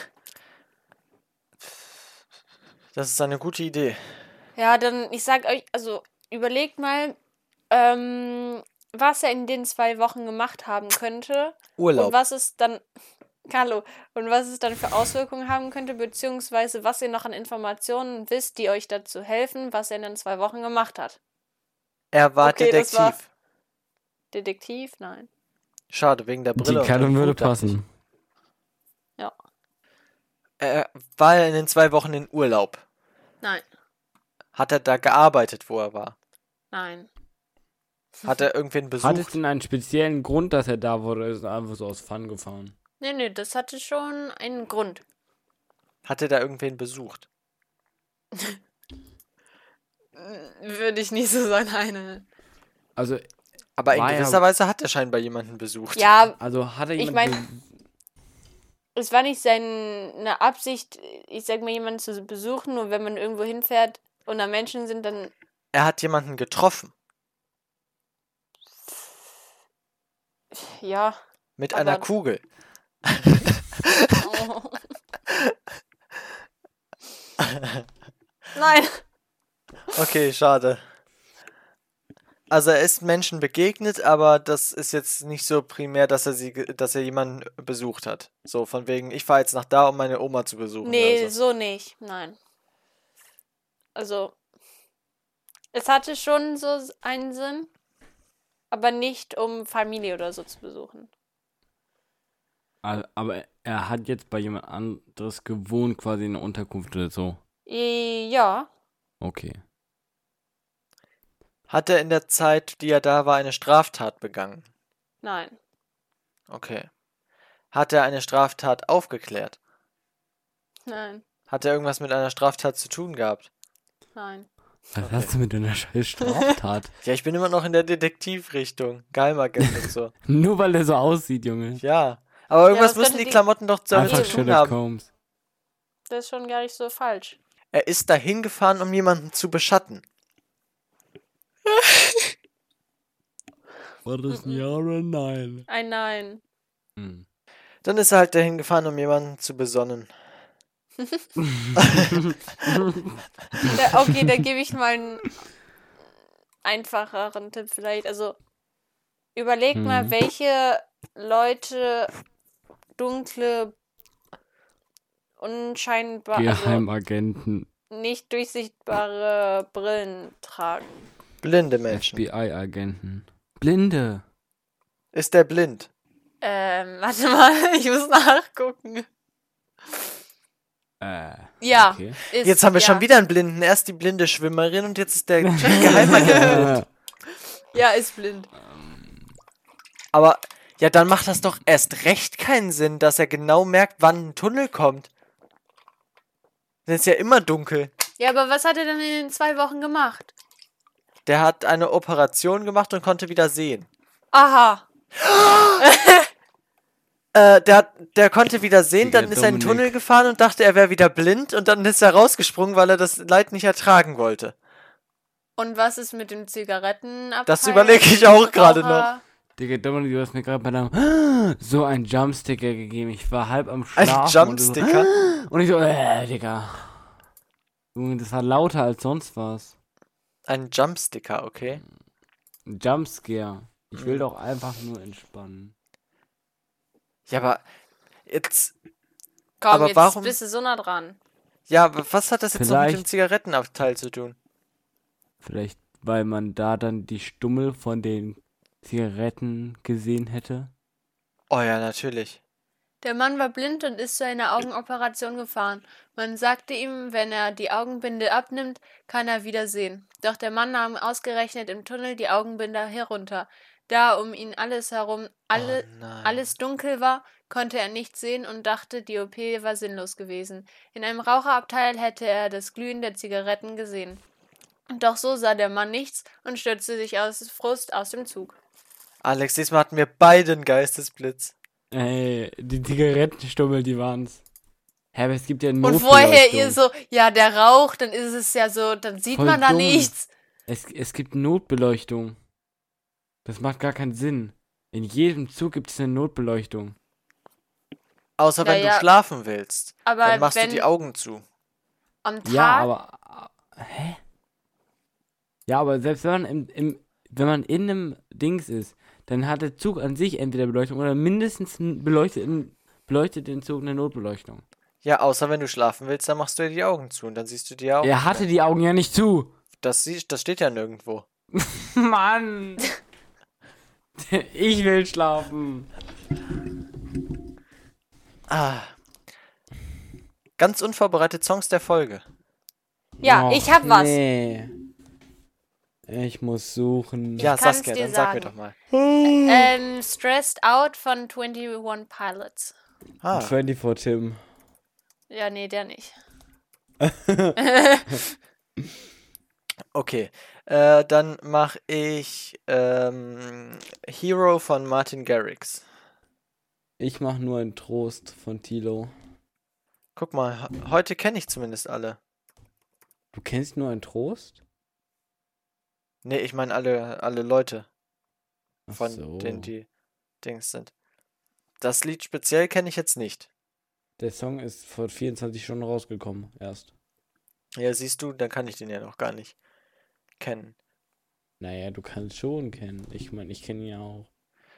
Speaker 1: das ist eine gute Idee.
Speaker 4: Ja, dann, ich sag euch, also überlegt mal, ähm, was er in den zwei Wochen gemacht haben könnte. Und
Speaker 1: Urlaub.
Speaker 4: was es dann, Carlo, und was es dann für Auswirkungen haben könnte, beziehungsweise was ihr noch an Informationen wisst, die euch dazu helfen, was er in den zwei Wochen gemacht hat.
Speaker 1: Er war
Speaker 4: Okay, das
Speaker 1: Detektiv.
Speaker 4: war- Detektiv? Nein.
Speaker 1: Schade, wegen der Brille. und dem Hut, dachte ich. Er war in den zwei Wochen in Urlaub.
Speaker 4: Nein.
Speaker 1: Hat er da gearbeitet, wo er war?
Speaker 4: Nein. Mhm.
Speaker 1: Hat er irgendwen
Speaker 2: Hat es
Speaker 1: besucht?
Speaker 2: denn einen speziellen Grund, dass er da wurde? Ist er einfach so aus Fun gefahren?
Speaker 4: Nee, nee, das hatte schon einen Grund.
Speaker 1: Hat er da irgendwen besucht?
Speaker 4: Würde ich nicht so sagen, eine.
Speaker 2: Also,
Speaker 1: Aber in
Speaker 2: War er-
Speaker 1: gewisser Weise hat er scheinbar jemanden besucht.
Speaker 4: Ja,
Speaker 2: also hat er
Speaker 4: Ich
Speaker 2: jemanden.
Speaker 4: es war nicht seine Absicht, ich sag mal, jemanden zu besuchen, nur wenn man irgendwo hinfährt und da Menschen sind, dann
Speaker 1: Er hat jemanden getroffen.
Speaker 4: ja.
Speaker 1: Mit
Speaker 4: Aber-
Speaker 1: einer Kugel.
Speaker 4: Oh. Nein.
Speaker 1: Okay, schade. Also er ist Menschen begegnet, aber das ist jetzt nicht so primär, dass er sie, ge- dass er jemanden besucht hat. So von wegen, ich fahre jetzt nach da, um meine Oma zu besuchen.
Speaker 4: Nee,
Speaker 1: oder so.
Speaker 4: so nicht. Nein. Also, es hatte schon so einen Sinn, aber nicht um Familie oder so zu besuchen.
Speaker 2: Al- Aber er hat jetzt bei jemand anderes gewohnt, quasi in der Unterkunft oder so.
Speaker 4: I- Ja,
Speaker 2: Okay.
Speaker 1: Hat er in der Zeit, die er da war, eine Straftat begangen?
Speaker 4: Nein.
Speaker 1: Okay. Hat er eine Straftat aufgeklärt?
Speaker 4: Nein.
Speaker 1: Hat er irgendwas mit einer Straftat zu tun gehabt?
Speaker 4: Nein.
Speaker 2: Was hast du mit deiner scheiß Straftat?
Speaker 1: Ja, ich bin immer noch in der Detektivrichtung. Geheimagent und so.
Speaker 2: Nur weil der so aussieht, Junge.
Speaker 1: Ja. Aber irgendwas
Speaker 4: was
Speaker 1: müssen
Speaker 4: könnte
Speaker 1: die
Speaker 4: die-
Speaker 1: Klamotten doch damit
Speaker 2: Einfach
Speaker 1: zu tun
Speaker 2: Sherlock
Speaker 1: haben.
Speaker 2: Holmes.
Speaker 4: Das ist schon gar nicht so falsch.
Speaker 1: Er ist dahin gefahren, um jemanden zu beschatten.
Speaker 2: War das ein Ja oder Nein?
Speaker 4: Ein Nein.
Speaker 2: Hm.
Speaker 1: Dann ist er halt dahin gefahren, um jemanden zu besonnen.
Speaker 4: Da, okay, da gebe ich mal einen einfacheren Tipp vielleicht. Also überleg mal,
Speaker 2: Mhm.
Speaker 4: welche Leute dunkle, unscheinbar, also
Speaker 2: Geheimagenten,
Speaker 4: nicht durchsichtbare Brillen tragen.
Speaker 1: Blinde Menschen.
Speaker 2: FBI-Agenten. Blinde.
Speaker 1: Ist der blind?
Speaker 4: Ähm, warte mal, ich muss nachgucken.
Speaker 2: Äh,
Speaker 4: Ja,
Speaker 2: okay.
Speaker 4: ist,
Speaker 1: Jetzt haben wir
Speaker 4: ja.
Speaker 1: schon wieder einen Blinden. Erst die blinde Schwimmerin und jetzt ist der Geheimagent blind.
Speaker 4: Ja, ist blind.
Speaker 1: Aber ja, dann macht das doch erst recht keinen Sinn, dass er genau merkt, wann ein Tunnel kommt. Dann ist ja immer dunkel.
Speaker 4: Ja, aber was hat er denn in den zwei Wochen gemacht?
Speaker 1: Der hat eine Operation gemacht und konnte wieder sehen.
Speaker 4: Aha.
Speaker 1: Äh, der, hat, der konnte wieder sehen,
Speaker 2: Digga,
Speaker 1: dann ist er in den
Speaker 2: Dominik.
Speaker 1: Tunnel gefahren und dachte, er wäre wieder blind und dann ist er rausgesprungen, weil er das Leid nicht ertragen wollte.
Speaker 4: Und was ist mit dem Zigarettenabfall?
Speaker 1: Das überlege ich auch gerade
Speaker 4: Raucher?
Speaker 2: Digga, Dominik, du hast mir gerade bei deinem so einen Jumpsticker gegeben. Ich war halb am
Speaker 1: Ein
Speaker 2: Schlafen. Und,
Speaker 1: Jumpsticker.
Speaker 2: du so, und ich so, äh, Digga. Junge, das war lauter als sonst was.
Speaker 1: Ein Jumpsticker, okay.
Speaker 2: Ein Jumpscare. Ich will
Speaker 1: Mhm.
Speaker 2: doch einfach nur entspannen.
Speaker 1: Ja, aber jetzt.
Speaker 4: Komm,
Speaker 1: Aber
Speaker 4: jetzt
Speaker 1: warum-
Speaker 4: bist du so nah dran.
Speaker 1: Ja, aber was hat das jetzt noch mit dem
Speaker 2: Vielleicht-
Speaker 1: Zigarettenabteil zu tun?
Speaker 2: Vielleicht, weil man da dann die Stummel von den Zigaretten gesehen hätte.
Speaker 1: Oh ja, natürlich.
Speaker 4: Der Mann war blind und ist zu einer Augenoperation gefahren. Man sagte ihm, wenn er die Augenbinde abnimmt, kann er wieder sehen. Doch der Mann nahm ausgerechnet im Tunnel die Augenbinde herunter. Da um ihn alles herum alle,
Speaker 1: oh nein.
Speaker 4: alles dunkel war, konnte er nichts sehen und dachte, die OP war sinnlos gewesen. In einem Raucherabteil hätte er das Glühen der Zigaretten gesehen. Doch so sah der Mann nichts und stürzte sich aus Frust aus dem Zug.
Speaker 1: Alex, diesmal hatten wir beide einen Geistesblitz.
Speaker 2: Ey, Äh, die Zigarettenstummel, die waren's. Hä, aber es gibt ja
Speaker 4: Und vorher ihr so, ja, der raucht, dann ist es ja so, dann sieht
Speaker 2: Voll
Speaker 4: man da
Speaker 2: dumm.
Speaker 4: nichts.
Speaker 2: Es, es gibt Notbeleuchtung. Das macht gar keinen Sinn. In jedem Zug gibt es eine Notbeleuchtung.
Speaker 1: Außer wenn
Speaker 4: Naja.
Speaker 1: du schlafen willst.
Speaker 4: Aber
Speaker 1: dann machst
Speaker 4: wenn
Speaker 1: du die Augen zu.
Speaker 4: am Tag,
Speaker 2: Ja, aber. Hä? Ja, aber selbst wenn man, im, im, wenn man in einem Dings ist, dann hat der Zug an sich entweder Beleuchtung oder mindestens einen beleuchteten, beleuchtet den Zug eine Notbeleuchtung.
Speaker 1: Ja, außer wenn du schlafen willst, dann machst du dir die Augen zu und dann siehst du die Augen.
Speaker 2: er hatte die Augen ja nicht zu.
Speaker 1: Das, siehst, das steht ja nirgendwo.
Speaker 2: Mann! ich will schlafen.
Speaker 1: Ah. Ganz unvorbereitet Songs der Folge.
Speaker 4: ja,
Speaker 2: Och,
Speaker 4: ich hab was.
Speaker 2: Nee. Ich muss suchen.
Speaker 1: Ja,
Speaker 4: kann's
Speaker 1: Saskia,
Speaker 4: dir
Speaker 1: dann sag mir
Speaker 4: sagen.
Speaker 1: doch mal.
Speaker 4: Ähm, Stressed Out von 21 Pilots.
Speaker 1: Ah,
Speaker 2: 24 Tim.
Speaker 4: Ja, nee, der nicht.
Speaker 1: okay. Äh, dann mach ich ähm, Hero von Martin Garrix.
Speaker 2: Ich mach nur einen Trost von Tilo.
Speaker 1: Guck mal, he- heute kenne ich zumindest alle.
Speaker 2: Du kennst nur einen Trost?
Speaker 1: Nee, ich meine alle, alle Leute,
Speaker 2: Ach
Speaker 1: von denen die Dings sind. Das Lied speziell kenne ich jetzt nicht.
Speaker 2: Der Song ist vor 24 Stunden rausgekommen, erst.
Speaker 1: Ja, siehst du, dann kann ich den ja noch gar nicht kennen.
Speaker 2: Naja, du kannst schon kennen. Ich meine, ich kenne ihn ja auch.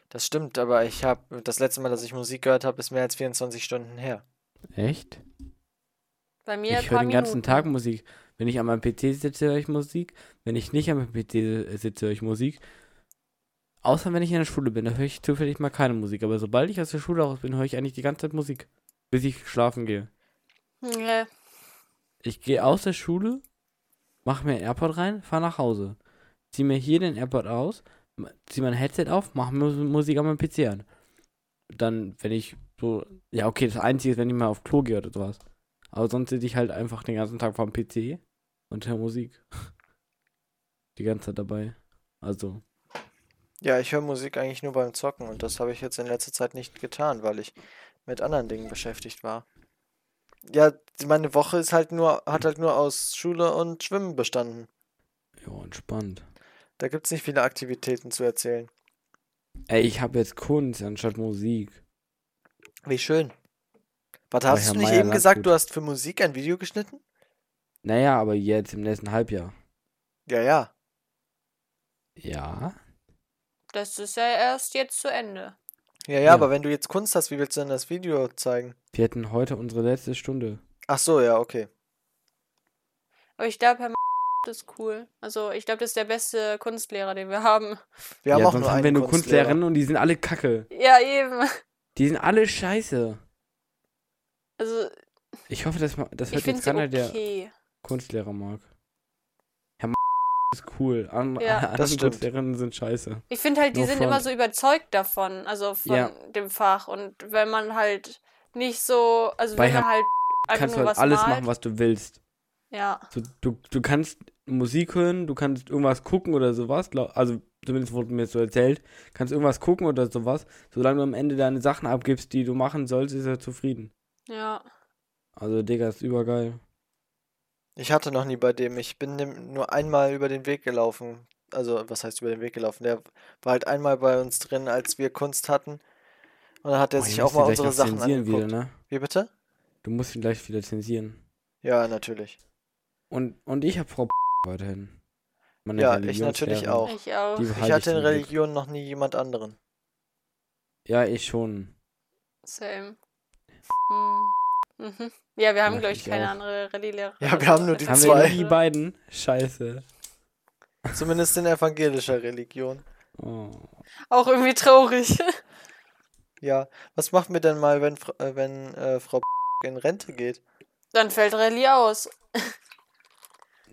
Speaker 1: Das stimmt, aber ich habe das letzte Mal, dass ich Musik gehört habe, ist mehr als 24 Stunden her.
Speaker 2: Echt?
Speaker 4: Bei mir ein
Speaker 2: ich höre
Speaker 4: paar
Speaker 2: den ganzen
Speaker 4: Minuten.
Speaker 2: Tag Musik. Wenn ich an meinem PC sitze, höre ich Musik. Wenn ich nicht an meinem PC si- sitze, höre ich Musik. Außer wenn ich in der Schule bin, da höre ich zufällig mal keine Musik. Aber sobald ich aus der Schule raus bin, höre ich eigentlich die ganze Zeit Musik. Bis ich schlafen gehe.
Speaker 4: Nee.
Speaker 2: Ich gehe aus der Schule, mache mir einen AirPod rein, fahre nach Hause. zieh mir hier den AirPod aus, m- zieh mein Headset auf, mach Mus Musik an meinem PC an. Dann, wenn ich so, ja, okay, das Einzige ist, wenn ich mal auf Klo gehe oder sowas. Aber sonst sitze ich halt einfach den ganzen Tag vorm PC und höre Musik. Die ganze Zeit dabei. Also,
Speaker 1: Ja, ich höre Musik eigentlich nur beim Zocken und das habe ich jetzt in letzter Zeit nicht getan, weil ich mit anderen Dingen beschäftigt war. Ja, meine Woche ist halt nur, hat halt nur aus Schule und Schwimmen bestanden.
Speaker 2: ja, entspannt.
Speaker 1: Da gibt es nicht viele Aktivitäten zu erzählen.
Speaker 2: Ey, ich habe jetzt Kunst anstatt Musik.
Speaker 1: Wie schön. Warte,
Speaker 2: Aber
Speaker 1: hast
Speaker 2: Herr
Speaker 1: du nicht
Speaker 2: Meier
Speaker 1: eben
Speaker 2: lag
Speaker 1: gesagt,
Speaker 2: gut.
Speaker 1: du hast für Musik ein Video geschnitten?
Speaker 2: Naja, aber jetzt im letzten Halbjahr.
Speaker 1: Ja, ja.
Speaker 2: Ja.
Speaker 4: Das ist ja erst jetzt zu Ende.
Speaker 1: Ja, ja,
Speaker 2: Ja.
Speaker 1: aber wenn du jetzt Kunst hast, wie willst du denn das Video zeigen?
Speaker 2: Wir hatten heute unsere letzte Stunde.
Speaker 1: Ach so, ja, okay.
Speaker 4: Aber ich glaube, Herr M das ist cool. Also ich glaube, das ist der beste Kunstlehrer, den wir haben.
Speaker 1: Wir haben
Speaker 2: ja,
Speaker 1: auch
Speaker 2: sonst
Speaker 1: nur
Speaker 2: haben wir
Speaker 1: einen
Speaker 2: nur
Speaker 1: Kunstlehrer.
Speaker 2: Kunstlehrerinnen und die sind alle kacke.
Speaker 4: Ja, eben.
Speaker 2: Die sind alle scheiße.
Speaker 4: Also
Speaker 2: Ich hoffe, dass man, das
Speaker 4: ich
Speaker 2: hört
Speaker 4: finde
Speaker 2: jetzt
Speaker 4: sie
Speaker 2: keiner, der
Speaker 4: okay.
Speaker 2: Kunstlehrer mag. Herr M ist cool. An,
Speaker 4: Ja.
Speaker 2: alle anderen
Speaker 1: Das stimmt.
Speaker 2: Kunstlehrerinnen sind scheiße.
Speaker 4: Ich finde halt, die
Speaker 2: Nur
Speaker 4: sind
Speaker 2: von-
Speaker 4: immer so überzeugt davon, also von
Speaker 2: Ja.
Speaker 4: dem Fach. Und wenn man halt nicht so, also
Speaker 2: Bei
Speaker 4: wenn
Speaker 2: Herrn
Speaker 4: man halt einfach
Speaker 2: kannst
Speaker 4: nur
Speaker 2: du halt
Speaker 4: was
Speaker 2: alles
Speaker 4: malt,
Speaker 2: machen, was du willst.
Speaker 4: ja.
Speaker 2: So, du, du kannst Musik hören, du kannst irgendwas gucken oder sowas. Glaub, also zumindest wurde mir so erzählt. Kannst irgendwas gucken oder sowas. Solange du am Ende deine Sachen abgibst, die du machen sollst, ist er zufrieden.
Speaker 4: Ja.
Speaker 2: Also, Digga, ist übergeil.
Speaker 1: Ich hatte noch nie bei dem. Ich bin dem nur einmal über den Weg gelaufen. Also, was heißt über den Weg gelaufen? Der war halt einmal bei uns drin, als wir Kunst hatten. Und dann hat er
Speaker 2: Boah, ihr
Speaker 1: sich auch
Speaker 2: müsst ihn
Speaker 1: mal
Speaker 2: gleich
Speaker 1: unsere
Speaker 2: noch
Speaker 1: Sachen
Speaker 2: zensieren
Speaker 1: angeguckt.
Speaker 2: Wieder, ne?
Speaker 1: Wie bitte?
Speaker 2: Du musst ihn gleich wieder zensieren.
Speaker 1: Ja, natürlich.
Speaker 2: Und, und ich habe Frau weiterhin. Meine
Speaker 1: Ja, ich natürlich
Speaker 2: Religionslehrerin.
Speaker 1: auch.
Speaker 4: Ich auch.
Speaker 2: Die
Speaker 1: Ich
Speaker 2: behalte
Speaker 1: hatte in
Speaker 2: zum Glück.
Speaker 1: Religion noch nie jemand anderen.
Speaker 2: Ja, ich schon.
Speaker 4: Same. Hm. Mhm. Ja, wir haben,
Speaker 2: Ja,
Speaker 4: glaube ich,
Speaker 2: ich
Speaker 4: keine
Speaker 2: auch.
Speaker 4: andere Rallye-Lehrerin.
Speaker 1: Ja, wir haben nur die
Speaker 2: Haben
Speaker 1: Zwei.
Speaker 2: wir die beiden? Scheiße.
Speaker 1: Zumindest in evangelischer Religion.
Speaker 2: Oh.
Speaker 4: Auch irgendwie traurig.
Speaker 1: Ja. Was machen wir denn mal, wenn, Fra- äh, wenn äh, Frau in Rente geht?
Speaker 4: Dann fällt Rallye aus.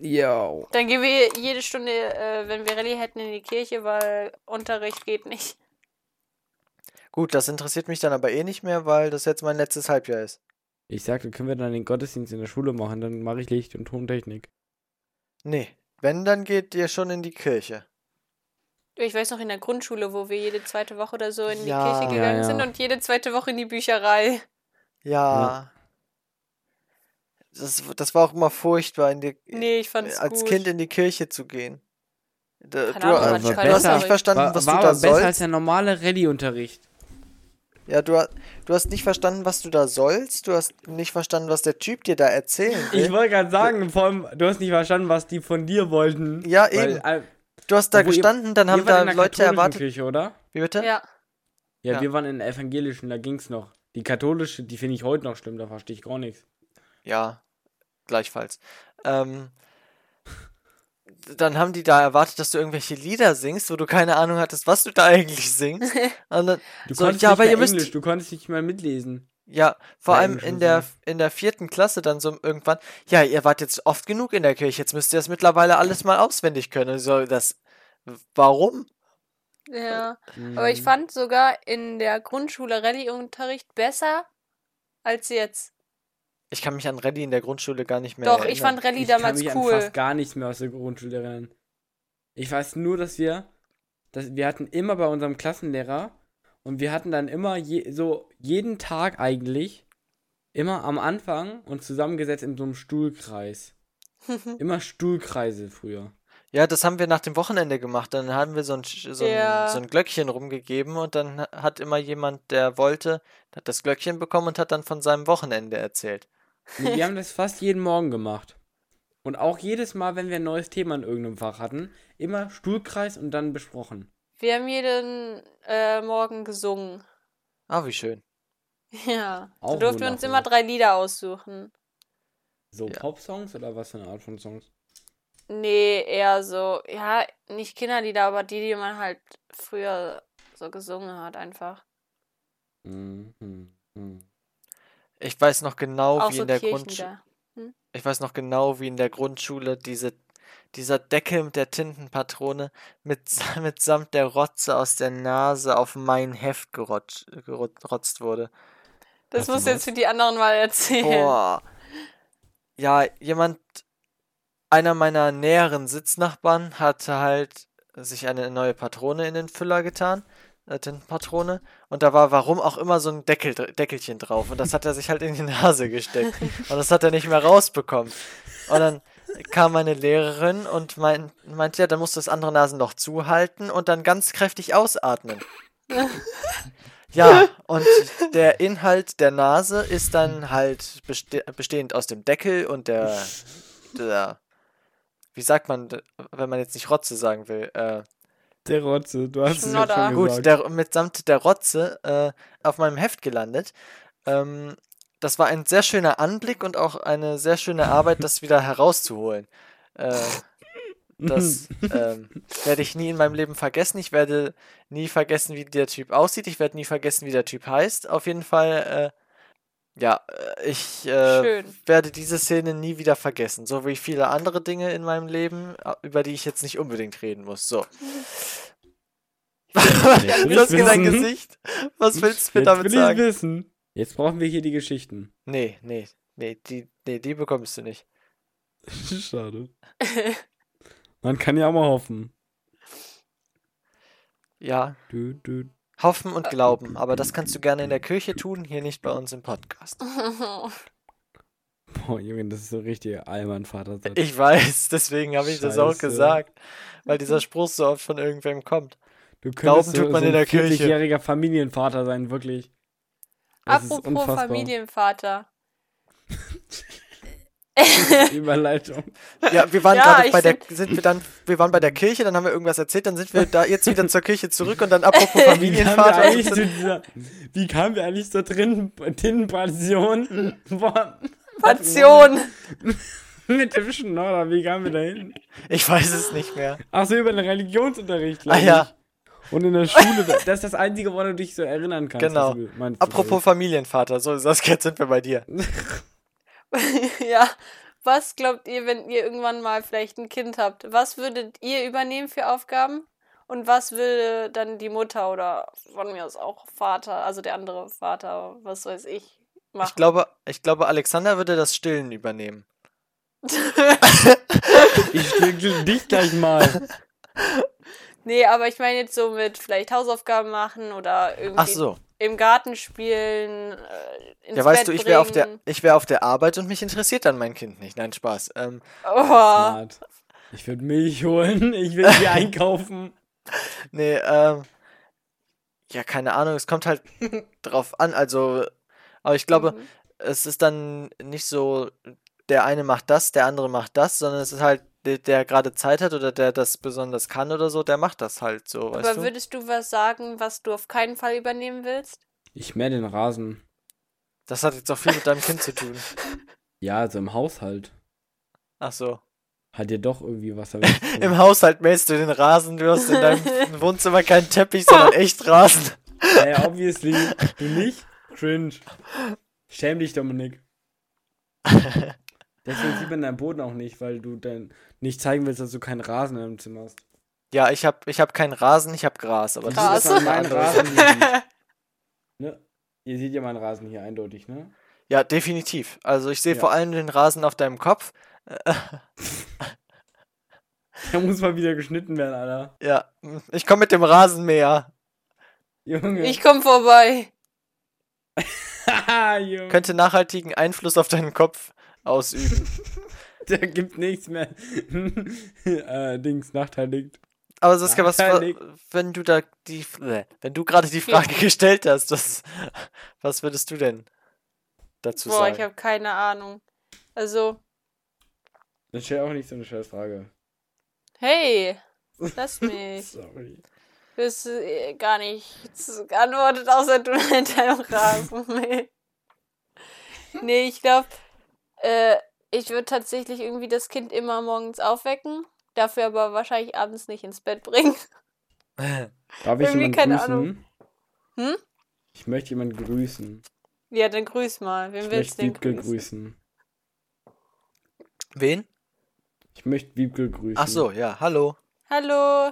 Speaker 2: Yo.
Speaker 4: Dann gehen wir jede Stunde, äh, wenn wir Rallye hätten, in die Kirche, weil Unterricht geht nicht.
Speaker 1: Gut, das interessiert mich dann aber eh nicht mehr, weil das jetzt mein letztes Halbjahr ist.
Speaker 2: Ich sagte, können wir dann den Gottesdienst in der Schule machen? Dann mache ich Licht- und Tontechnik.
Speaker 1: Nee. Wenn, dann geht ihr schon in die Kirche.
Speaker 4: Ich weiß noch in der Grundschule, wo wir jede zweite Woche oder so in
Speaker 1: Ja.
Speaker 4: die Kirche gegangen
Speaker 2: Ja, ja.
Speaker 4: sind und jede zweite Woche in die Bücherei.
Speaker 1: Ja. Das, das war auch immer furchtbar, in die,
Speaker 4: Nee, ich
Speaker 2: Äh,
Speaker 4: fand's
Speaker 1: als
Speaker 4: gut.
Speaker 1: Kind
Speaker 2: ne?
Speaker 1: in die Kirche zu gehen. Da,
Speaker 4: Keine
Speaker 1: du
Speaker 4: Ahnung,
Speaker 1: äh,
Speaker 4: manchmal
Speaker 1: du hast
Speaker 2: besser.
Speaker 1: nicht verstanden,
Speaker 2: war
Speaker 1: was
Speaker 2: war
Speaker 1: du da
Speaker 2: aber besser als
Speaker 1: sollst.
Speaker 2: der normale Rallye-Unterricht.
Speaker 1: Ja, du, ha- du hast nicht verstanden, was du da sollst. Du hast nicht verstanden, was der Typ dir da erzählen
Speaker 2: Ich
Speaker 1: will.
Speaker 2: wollte gerade sagen, vor allem, du hast nicht verstanden, was die von dir wollten.
Speaker 1: Ja,
Speaker 2: Weil,
Speaker 1: eben.
Speaker 2: äh,
Speaker 1: Du hast da
Speaker 2: Obwohl ihr-
Speaker 1: gestanden, dann
Speaker 2: wir
Speaker 1: haben
Speaker 2: waren
Speaker 1: da
Speaker 2: in der
Speaker 1: Leute
Speaker 2: katholischen
Speaker 1: erwartet.
Speaker 2: Kirche, oder?
Speaker 1: Wie bitte?
Speaker 4: Ja.
Speaker 2: Ja,
Speaker 1: Ja.
Speaker 2: wir waren in der evangelischen, da ging's noch. Die katholische, die finde ich heute noch schlimm, da verstehe ich gar nichts.
Speaker 1: Ja, gleichfalls. Ähm, dann haben die da erwartet, dass du irgendwelche Lieder singst, wo du keine Ahnung hattest, was du da eigentlich singst. Und dann,
Speaker 2: Du
Speaker 1: So,
Speaker 2: konntest
Speaker 1: ja,
Speaker 2: nicht
Speaker 1: aber
Speaker 2: mehr
Speaker 1: ihr müsst-
Speaker 2: Englisch, du konntest nicht mehr mitlesen.
Speaker 1: Ja, vor
Speaker 2: Bei
Speaker 1: allem
Speaker 2: Englisch
Speaker 1: in
Speaker 2: und
Speaker 1: der,
Speaker 2: so.
Speaker 1: in der vierten Klasse dann so irgendwann, ja, ihr wart jetzt oft genug in der Kirche, jetzt müsst ihr das mittlerweile alles mal auswendig können. So, das, warum?
Speaker 4: Ja. Aber
Speaker 2: Mhm.
Speaker 4: ich fand sogar in der Grundschule Rallye-Unterricht besser als jetzt.
Speaker 1: Ich kann mich an Rallye in der Grundschule gar nicht mehr
Speaker 4: Doch, ich
Speaker 1: erinnern.
Speaker 4: fand Rallye
Speaker 2: Ich kann
Speaker 4: damals
Speaker 2: mich an
Speaker 4: cool.
Speaker 2: fast gar nichts mehr aus der Grundschule erinnern. Ich weiß nur, dass wir, dass wir hatten immer bei unserem Klassenlehrer und wir hatten dann immer je, so jeden Tag eigentlich immer am Anfang uns zusammengesetzt in so einem Stuhlkreis. immer Stuhlkreise früher.
Speaker 1: Ja, das haben wir nach dem Wochenende gemacht. Dann haben wir so ein, Sch- so ein,
Speaker 4: Ja.
Speaker 1: so ein Glöckchen rumgegeben und dann ha- hat immer jemand, der wollte, hat das Glöckchen bekommen und hat dann von seinem Wochenende erzählt.
Speaker 2: Nee, wir haben das fast jeden Morgen gemacht. Und auch jedes Mal, wenn wir ein neues Thema in irgendeinem Fach hatten, immer Stuhlkreis und dann besprochen.
Speaker 4: Wir haben jeden äh, Morgen gesungen.
Speaker 1: Ah, wie schön.
Speaker 4: Ja.
Speaker 2: Auch ne?
Speaker 4: Da durften wir uns
Speaker 2: wundervoll.
Speaker 4: immer drei Lieder aussuchen.
Speaker 2: So
Speaker 1: Ja.
Speaker 2: Popsongs oder was für eine Art von Songs?
Speaker 4: Nee, eher so, ja, nicht Kinderlieder, aber die, die man halt früher so gesungen hat, einfach.
Speaker 2: Mhm. Mhm.
Speaker 1: Ich weiß noch genau,
Speaker 4: Auch
Speaker 1: wie
Speaker 4: so
Speaker 1: in der Grundschule.
Speaker 4: Kirchenlieder.
Speaker 1: Ich weiß noch genau, wie in der Grundschule diese, dieser Deckel mit der Tintenpatrone mit, mitsamt der Rotze aus der Nase auf mein Heft gerotzt, gerotzt wurde.
Speaker 4: Das
Speaker 2: Warte
Speaker 4: musst du
Speaker 2: mal.
Speaker 4: jetzt für die anderen mal erzählen.
Speaker 1: Boah. Ja, jemand, einer meiner näheren Sitznachbarn hatte halt sich eine neue Patrone in den Füller getan, äh, Tintenpatrone, und da war warum auch immer so ein Deckel, dr- Deckelchen drauf und das hat er sich halt in die Nase gesteckt und das hat er nicht mehr rausbekommen. Und dann kam meine Lehrerin und mein, meinte, ja, dann musst du das andere Nasenloch zuhalten und dann ganz kräftig ausatmen. Ja, und der Inhalt der Nase ist dann halt beste bestehend aus dem Deckel und der, der. Wie sagt man, d- wenn man jetzt nicht Rotze sagen will? Äh,
Speaker 2: Der Rotze, du hast es ja
Speaker 4: Schnodder.
Speaker 2: schon gesagt.
Speaker 1: gut, der, mitsamt der Rotze äh, auf meinem Heft gelandet. Ähm, das war ein sehr schöner Anblick und auch eine sehr schöne Arbeit, das wieder herauszuholen. Äh, das ähm, werde ich nie in meinem Leben vergessen. Ich werde nie vergessen, wie der Typ aussieht. Ich werde nie vergessen, wie der Typ heißt. Auf jeden Fall, äh, ja, äh, ich äh,
Speaker 4: Schön.
Speaker 1: werde diese Szene nie wieder vergessen. So wie viele andere Dinge in meinem Leben, a- über die ich jetzt nicht unbedingt reden muss. So.
Speaker 2: Jetzt will
Speaker 1: das
Speaker 2: ich's
Speaker 1: in dein
Speaker 2: wissen.
Speaker 1: Gesicht. Was willst du mir
Speaker 2: Jetzt
Speaker 1: damit
Speaker 2: will ich's
Speaker 1: sagen?
Speaker 2: wissen. Jetzt brauchen wir hier die Geschichten.
Speaker 1: Nee, nee, nee, die, nee, die bekommst du nicht.
Speaker 2: Schade. Man kann ja auch mal hoffen.
Speaker 1: Ja,
Speaker 2: Du, du.
Speaker 1: hoffen und glauben. Aber das kannst du gerne in der Kirche tun, hier nicht bei uns im Podcast.
Speaker 2: Boah, Junge, das ist so richtig allmann vater
Speaker 1: Ich weiß, deswegen habe ich das auch
Speaker 2: Scheiße.
Speaker 1: gesagt, weil dieser Spruch so oft von irgendwem kommt.
Speaker 2: Du
Speaker 1: Glauben
Speaker 2: könntest
Speaker 1: tut man in der Kirche.
Speaker 2: 40-jähriger Familienvater sein, wirklich. Das ist
Speaker 4: Apropos
Speaker 2: unfassbar.
Speaker 4: Familienvater.
Speaker 2: Überleitung.
Speaker 1: Ja, wir waren
Speaker 4: Ja,
Speaker 1: gerade
Speaker 4: ich
Speaker 1: bei der sind wir dann wir waren bei der Kirche, dann haben wir irgendwas erzählt, dann sind wir da jetzt wieder zur Kirche zurück und dann apropos
Speaker 2: Wie kamen wir
Speaker 1: Familienvater.
Speaker 2: eigentlich zu dieser, wie kamen wir eigentlich zur dritten Tintenpassion? Boah,
Speaker 4: Passion.
Speaker 2: mit dem Schnorrer, wie kamen wir da hin?
Speaker 1: Ich weiß es nicht mehr.
Speaker 2: Achso, über den Religionsunterricht. glaub
Speaker 1: Ah ja,
Speaker 2: ich. Und in der Schule, das ist das Einzige, woran du dich so erinnern kannst.
Speaker 1: Genau.
Speaker 2: was du meinst,
Speaker 1: apropos Familienvater. So, Saskia, jetzt sind wir bei dir.
Speaker 4: ja. Was glaubt ihr, wenn ihr irgendwann mal vielleicht ein Kind habt? Was würdet ihr übernehmen für Aufgaben? Und was würde dann die Mutter oder von mir aus auch Vater, also der andere Vater, was weiß ich, machen?
Speaker 1: Ich glaube, ich glaube, Alexander würde das Stillen übernehmen.
Speaker 2: Ich stürze dich gleich mal.
Speaker 4: nee, aber ich meine jetzt so mit vielleicht Hausaufgaben machen oder irgendwie
Speaker 1: Ach so.
Speaker 4: im Garten spielen. Äh, ins
Speaker 1: Ja, weißt
Speaker 4: Bett
Speaker 1: du, ich wäre auf der
Speaker 4: bringen.
Speaker 1: ich wäre auf der Arbeit und mich interessiert dann mein Kind nicht. Nein, Spaß. Ähm,
Speaker 4: Oh.
Speaker 2: Smart. Ich würde Milch holen, ich will hier einkaufen.
Speaker 1: Nee, ähm. Ja, keine Ahnung, es kommt halt drauf an. Also, aber ich glaube,
Speaker 4: Mhm.
Speaker 1: es ist dann nicht so, der eine macht das, der andere macht das, sondern es ist halt, der, der gerade Zeit hat oder der das besonders kann oder so, der macht das halt so, weißt
Speaker 4: Aber
Speaker 1: du?
Speaker 4: würdest du was sagen, was du auf keinen Fall übernehmen willst?
Speaker 2: Ich mähe den Rasen.
Speaker 1: Das hat jetzt auch viel mit deinem Kind zu tun.
Speaker 2: Ja, also im Haushalt.
Speaker 1: Ach so.
Speaker 2: Hat dir doch irgendwie was damit zu
Speaker 1: Im
Speaker 2: tun.
Speaker 1: Haushalt mähst du den Rasen, du hast in deinem Wohnzimmer keinen Teppich, sondern echt Rasen.
Speaker 2: Ey, obviously. Du nicht? Cringe. Schäm dich, Dominik. Deswegen sieht man deinen Boden auch nicht, weil du dann nicht zeigen willst, dass du keinen Rasen in deinem Zimmer hast.
Speaker 1: Ja, ich hab, ich hab keinen Rasen, ich hab Gras, aber
Speaker 2: Wieso
Speaker 1: das
Speaker 2: ist
Speaker 1: ist halt
Speaker 4: Gras.
Speaker 1: eine
Speaker 2: man mein
Speaker 1: andere
Speaker 2: Rasen
Speaker 1: Sache.
Speaker 2: hier nicht? ne? Ihr seht ja meinen Rasen hier eindeutig, ne?
Speaker 1: Ja, definitiv. Also ich sehe
Speaker 2: Ja.
Speaker 1: vor allem den Rasen auf deinem Kopf.
Speaker 2: Der muss mal wieder geschnitten werden, Alter.
Speaker 1: Ja, ich komme mit dem Rasenmäher.
Speaker 2: Junge.
Speaker 4: Ich komm vorbei.
Speaker 2: Haha, Junge.
Speaker 1: Könnte nachhaltigen Einfluss auf deinen Kopf ausüben.
Speaker 2: Der gibt nichts mehr. äh, Dings, nachteilig.
Speaker 1: Aber Saskia, was, wa-
Speaker 2: Nachteilig.
Speaker 1: wenn du da die, bleh, wenn du gerade die Frage gestellt hast, was, was würdest du denn dazu
Speaker 4: Boah, ich
Speaker 1: sagen?
Speaker 4: habe keine Ahnung. Also,
Speaker 2: Das ist ja auch nicht so eine scheiß Frage.
Speaker 4: hey, lass mich.
Speaker 2: Sorry.
Speaker 4: Wirst du eh gar nichts geantwortet, außer du mit deinem Rasen. nee, ich glaube, äh, ich würde tatsächlich irgendwie das Kind immer morgens aufwecken, dafür aber wahrscheinlich abends nicht ins Bett bringen.
Speaker 2: Darf ich
Speaker 4: Irgendwie
Speaker 2: jemanden
Speaker 4: keine
Speaker 2: grüßen?
Speaker 4: Ahnung. Hm?
Speaker 2: Ich möchte jemanden grüßen.
Speaker 4: Ja, dann grüß mal. Wen
Speaker 2: Ich möchte
Speaker 4: willst du denn
Speaker 2: Wiebke
Speaker 4: grüßen?
Speaker 2: grüßen.
Speaker 1: Wen?
Speaker 2: Ich Ich möchte Wiebke grüßen.
Speaker 1: Ach so, ja, hallo.
Speaker 4: Hallo.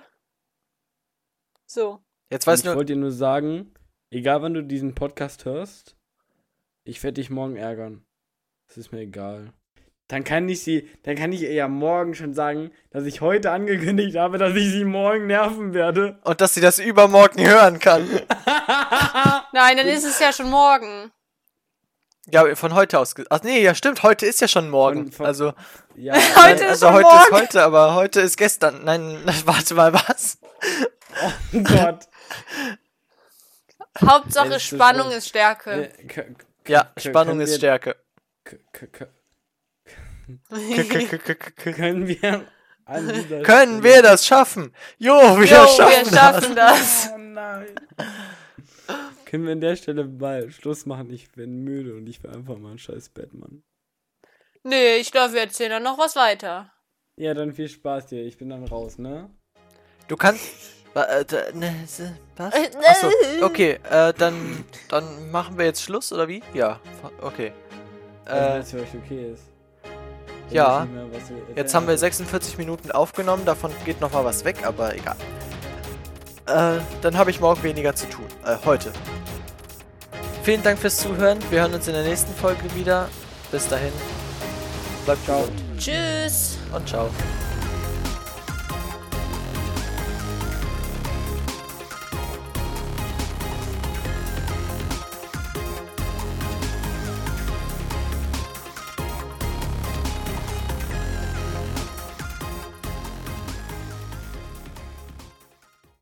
Speaker 4: So.
Speaker 1: Jetzt
Speaker 2: Und
Speaker 1: weiß
Speaker 2: ich
Speaker 1: nur,
Speaker 2: wollte dir nur sagen, egal wann du diesen Podcast hörst, ich werde dich morgen ärgern. Das ist mir egal. Dann kann ich sie, dann kann ich ihr ja morgen schon sagen, dass ich heute angekündigt habe, dass ich sie morgen nerven werde.
Speaker 1: und dass sie das übermorgen hören kann.
Speaker 4: Nein, dann ist es ja schon morgen.
Speaker 1: Ja, von heute aus. ge- Ach nee, ja stimmt, heute ist ja schon morgen.
Speaker 2: Von- von-
Speaker 1: also
Speaker 2: ja,
Speaker 4: Heute
Speaker 1: nein,
Speaker 4: ist
Speaker 1: also
Speaker 4: schon
Speaker 1: heute ist
Speaker 4: morgen.
Speaker 1: heute, aber heute ist gestern. Nein, warte mal, was?
Speaker 2: oh Gott.
Speaker 4: Hauptsache
Speaker 2: Das ist so
Speaker 4: Spannung
Speaker 2: schlimm.
Speaker 4: ist Stärke.
Speaker 2: Äh, k- k-
Speaker 1: Ja,
Speaker 2: k-
Speaker 1: Spannung
Speaker 2: können
Speaker 1: ist
Speaker 2: wir-
Speaker 1: Stärke.
Speaker 2: k- k- k-
Speaker 1: K- k- k- k- k- k-
Speaker 2: Können wir an dieser
Speaker 1: Können wir
Speaker 2: Stelle-
Speaker 1: das schaffen? Jo, wir
Speaker 4: jo, wir
Speaker 1: schaffen
Speaker 4: schaffen das.
Speaker 2: Oh nein. Können wir an der Stelle mal Schluss machen? Ich bin müde und ich will einfach mal ein scheiß Bett, Mann.
Speaker 4: Nee, ich glaube, wir erzählen dann noch was weiter.
Speaker 2: Ja, dann viel Spaß dir. Ich bin dann raus, ne?
Speaker 1: Du kannst. Wa- äh, da- ne, se- Was? Achso, okay, äh, dann, dann machen wir jetzt Schluss, oder wie? Ja, fa- okay.
Speaker 2: Also,
Speaker 1: Äh,
Speaker 2: Wenn es für euch okay ist. Wenn
Speaker 1: ja.
Speaker 2: ich nicht mehr was erzählen
Speaker 1: jetzt haben wir
Speaker 2: muss.
Speaker 1: 46 Minuten aufgenommen, davon geht nochmal was weg, aber egal. Äh, dann habe ich morgen weniger zu tun. Äh, heute. Vielen Dank fürs Zuhören. Wir hören uns in der nächsten Folge wieder. Bis dahin. Bleibt
Speaker 2: Ciao.
Speaker 1: gesund
Speaker 4: Tschüss.
Speaker 1: und ciao.